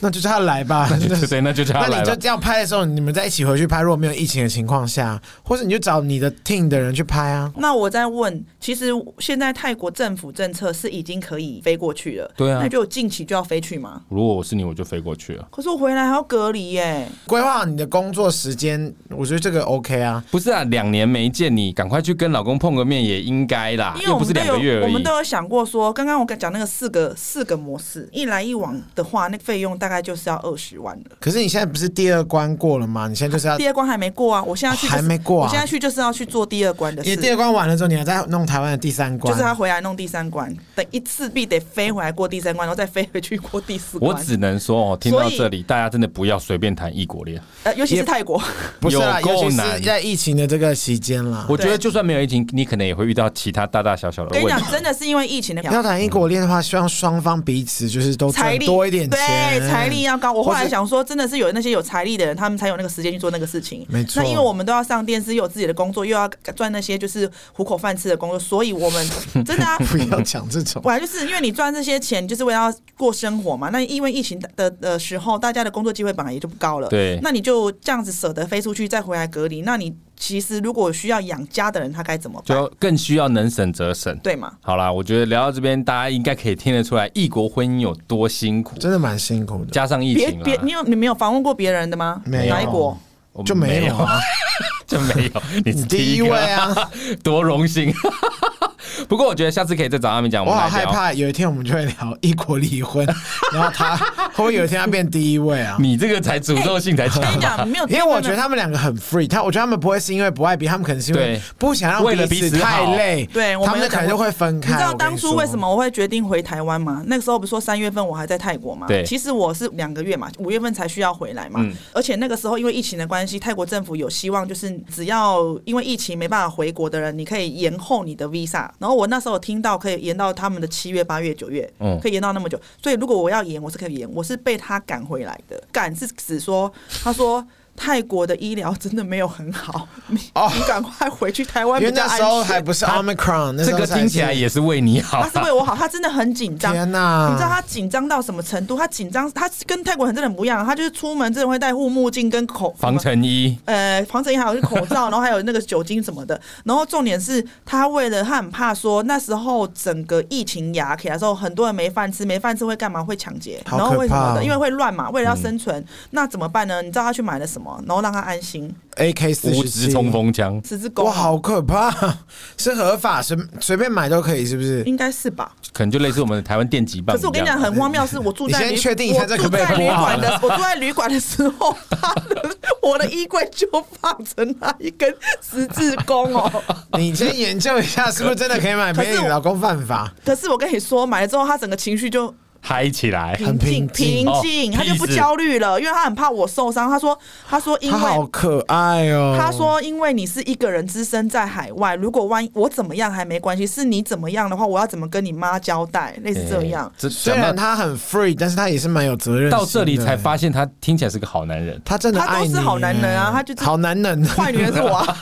那就叫他来吧。
对对对， 那就叫他
那
来
你就
了。
这样拍的时候，你们再一起回去拍。如果没有疫情的情况下，或者你就找你的 team 的人去拍啊。
那我在问，其实现在泰国政府政策是已经可以飞过去了，
对啊
那就近期就要飞去嘛。
如果我是你，我就飞过去了。
可是我回来还要隔离耶、
规划好你的工作时间，我觉得这个 OK 啊。
不是啊，两年没见你，赶快去跟老公碰个面也应该啦，
因为
啊又
我
不是
们都
两个月
有，
而
我们
已。
都有想过说，刚刚我讲那个四个四个模式，一来一往的话，那费用大概就是要二十万了。
可是你现在不是第二关过了吗？你现在就是要，
第二关还没过啊，我现在去、就是、
还没过啊
我现在去就是要去做第二关的
你
事，
第二关完了之后，你还在弄台湾的第三关。
就是他回来弄第三关，等一次必得飞回来过第三关，然后再飞回去过第四
我
关。
只能说哦，听
所
到
所以
这里，大家真的不要随便谈异国恋。
呃，尤其
也
是泰国，
不是啦，
有够
尤其是
难
在疫情的这个期间啦。
我觉得
对
就算没有疫情，你可能也会遇到其他大大小小的
跟你
问
讲
题，。
真的是因为疫情的
要谈异国恋的话，希望双方彼此就是都
财
赚
力
多一点
对
钱，
财力要高。我后
或
来
是
想说，真的是有那些有财力的人，他们才有那个时间去做那个事情。
没错
那因为我们都要上电视，又有自己的工作，又要赚那些就是糊口饭吃的工作，所以我们 真的啊。
不要讲这种。
本来就是因为你赚这些钱，就是为了要过生活嘛。那因为疫情的的的时候，大家的工作机会本来也就不高了。
对
那你就这样子舍得飞出去，再回来隔离。那你其实如果需要养家的人，他该怎么办？
就更需要能省则省。
对嘛？
好啦，我觉得聊到这边，大家应该可以听得出来，异国婚姻有多辛苦，
真的蛮辛苦的，
加上疫
别
情啊
别，
啦
你有你没有访问过别人的吗？
没有
哪 一国？
我们
就没有啊，
就没有， 你是
你第一位
个，
啊！
多荣幸。 不过我觉得下次可以再找阿明讲，
我
们
好
来
害
聊。
怕有一天我们就会聊异国离婚，然后他 会不会有一天他变第一位啊？
你这个才诅咒性才强
我 跟你
吧，
讲，没有，
因为我觉得他们两个很 free，他我觉得他们不会是因为不爱彼此，他们可能是因为
对
不想让
为了彼
此
此好
太累，
对，我
他
们有
们可能
讲
就
过
会分开。
你知道
我跟
当初
说
为什？么我会决定回台湾吗？那个时候不是说三月份我还在泰国嘛？
对
其实我是两个月嘛，五月份才需要回来嘛。
嗯
而且那个时候因为疫情的关系，泰国政府有希望就是只要因为疫情没办法回国的人，你可以延后你的 visa。然后我那时候有听到可以延到他们的七月、八月、九月，
嗯
可以延到那么久。所以如果我要延，我是可以延，我是被他赶回来的。赶是指说，他说。泰国的医疗真的没有很好，你、
哦
你赶快回去台湾
因
比
为
较
那
安全。
时候还不是 Omicron，那时
这
候
个
才
听起来
是
也是为你好
他是
啊。
为我好，他真的很紧张。
天哪！
你知道他紧张到什么程度？他紧张，他跟泰国人真的很不一样，他就是出门真的会戴护目镜跟口
防。尘衣，
呃，防尘衣还有口罩， 然后还有那个酒精什么的。然后重点是他为了他很怕说那时候整个疫情压起来的时候，很多人没饭吃，没饭吃会干嘛？会抢劫，
好
然后为什
可
么
怕哦
的？因为会乱嘛，为了要生存，那怎么办呢？你知道他去买了什么，然后让他安心，
AK 四
无
十
职
七，
冲锋枪，
十只狗
哇，，好可怕！是合法，随随便买都可以，是不 是？
应该是吧？
可能就类似我们的台湾电击棒一样。
可是我跟你讲，很荒谬，是我住在
你先
旅
确定一下
我
这个
住
被
在
播啊
旅
好
馆的，我住在旅馆的时候，他的我的衣柜就放着那一根十字弓哦。
你先研究一下，是不是真的可以买？
可
别
是
你
我
老公犯法，
可是我跟你说，买了之后，他整个情绪就
嗨起来，
很平
平静，平
静
静，
哦
他就不焦虑了，因为他很怕我受伤。他说，他说，因
他好
为。
可爱哦。
他说：“因为你是一个人只身在海外，如果万一我怎么样还没关系，是你怎么样的话，我要怎么跟你妈交代？类似这样
哎。这
虽
虽
然
然
他很 free，但是他也是蛮有责任心的。
到这里才发现他听起来是个好
，
男人
他真的
他都
爱你
是好男人啊
耶
他就是
好男人，
坏 女人是我啊、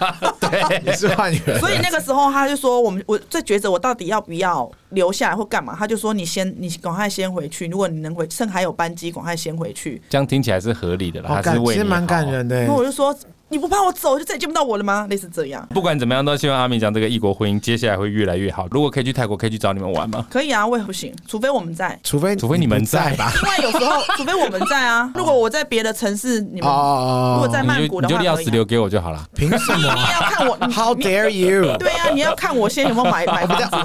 也是坏女人。
所以那个时候他就说，我们我在抉择我到底要不要留下来或干嘛，他就说你先你赶快先回去，如果你能回，趁还有班机，赶快先回去。
这样听起来是合理的
好
啦。他是
哦感，其
为
实
你
蛮
好啊
感。人的耶
嗯
然后。我就说你不怕我走，就再也见不到我了吗？类似这样。
不管怎么样，都希望阿明讲这个异国婚姻接下来会越来越好。如果可以去泰国，可以去找你们玩吗？
可以啊，我也不行，除非我们在。
除非
除非你们
不在
在
吧？
因为有时候， 除非我们在啊。如果我在别的城市，你
哦
们如
哦
果
哦哦
在，
你
曼
就
谷
你
的
就
话，可以啊
钥匙留给我就好了。
凭什
你
么
一定要看我你
？How
你
dare you！
对啊，你要看我先有没有买买房 子，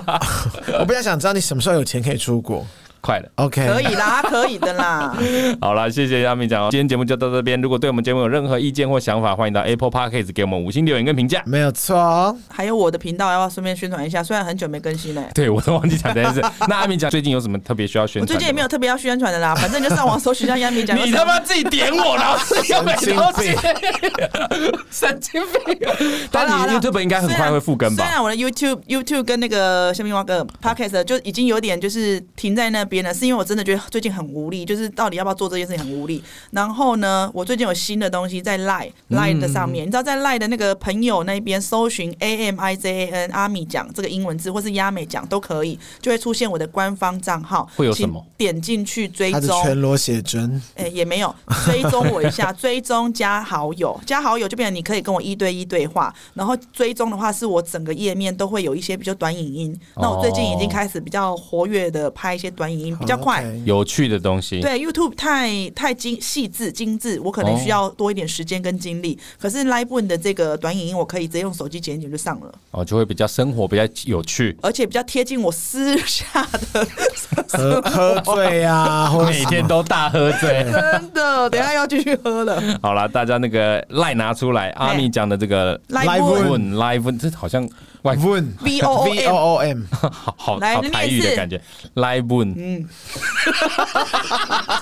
我比较 想知道你什么时候有钱可以出国。
快了，
OK，
可以啦，可以的啦。
好了，谢谢阿明讲哦。今天节目就到这边。如果对我们节目有任何意见或想法，欢迎到 Apple Podcast 给我们五星留言跟评
嗯
价。
没有错哦。
还有我的频道，要不要顺便宣传一下？虽然很久没更新了。
对我都忘记讲这件 事。那阿明讲最近有什么特别需要宣
我
传的吗？
最近也没有特别要宣传的啦，反正你就上网搜寻一下 Yami 讲。
你他妈自己点我，然后自己又没东西，神经病！ 但
好
你
了好了
YouTube 应该很快会复更
虽
吧
然？虽然我的 YouTube、YouTube 跟那个下面挖个 Podcast 就已经有点就是停在那边了，是因为我真的觉得最近很无力，就是到底要不要做这件事情很无力。然后呢，我最近有新的东西在 Line
嗯
Line 的上面，你知道在 Line 的那个朋友那边搜寻 A M I J A N 阿米讲这个英文字，或是亚美讲都可以，就会出现我的官方账号。
会有什么？
点进去追
他的
踪。
全裸写真，
哎、也没有追踪我 一下，追踪加好友，加好友就变成你可以跟我一对一对话，然后追踪的话是我整个页面都会有一些比较短影音。那我最近已经开始比较活跃的拍一些短影音，比较快。
哦好，OK
有趣的东西，
对 YouTube 太太精细致精致，我可能
哦
需要多一点时间跟精力。可是 Live One 的这个短影音，我可以直接用手机剪一剪就上了，
哦，就会比较生活，比较有趣。
而且比较贴近我私 下的。
喝喝醉 啊，或者
每天都大喝 醉。
真的，等一下要继续喝了。
好了，大家那个赖拿出来，阿
哎
密讲的这个
Live
Live One
One
live，这好像外
Voon
V O O M
V O O M，
好好
来
好
你
台
念一
语的
次
感觉 l i b o n
嗯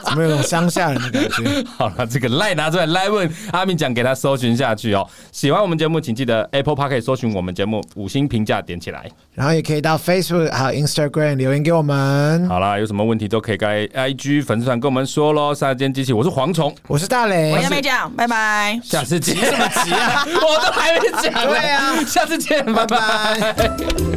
怎么有种乡下人的感 觉？
好了，这个赖拿出来赖问阿明讲，给他搜寻下去哦。喜欢我们节目，请记得 Apple Park 搜寻我们节目五星评价点起来。
然后也可以到 Facebook 还有 Instagram 留言给我们。
好啦，有什么问题都可以该 IG 粉丝团跟我们说喽。杀间机器，我是蝗虫，
我是大雷
我，要没讲，拜拜。
下次见。这么急啊？我都还没讲。
对啊，
下次见，拜
拜
拜。
拜。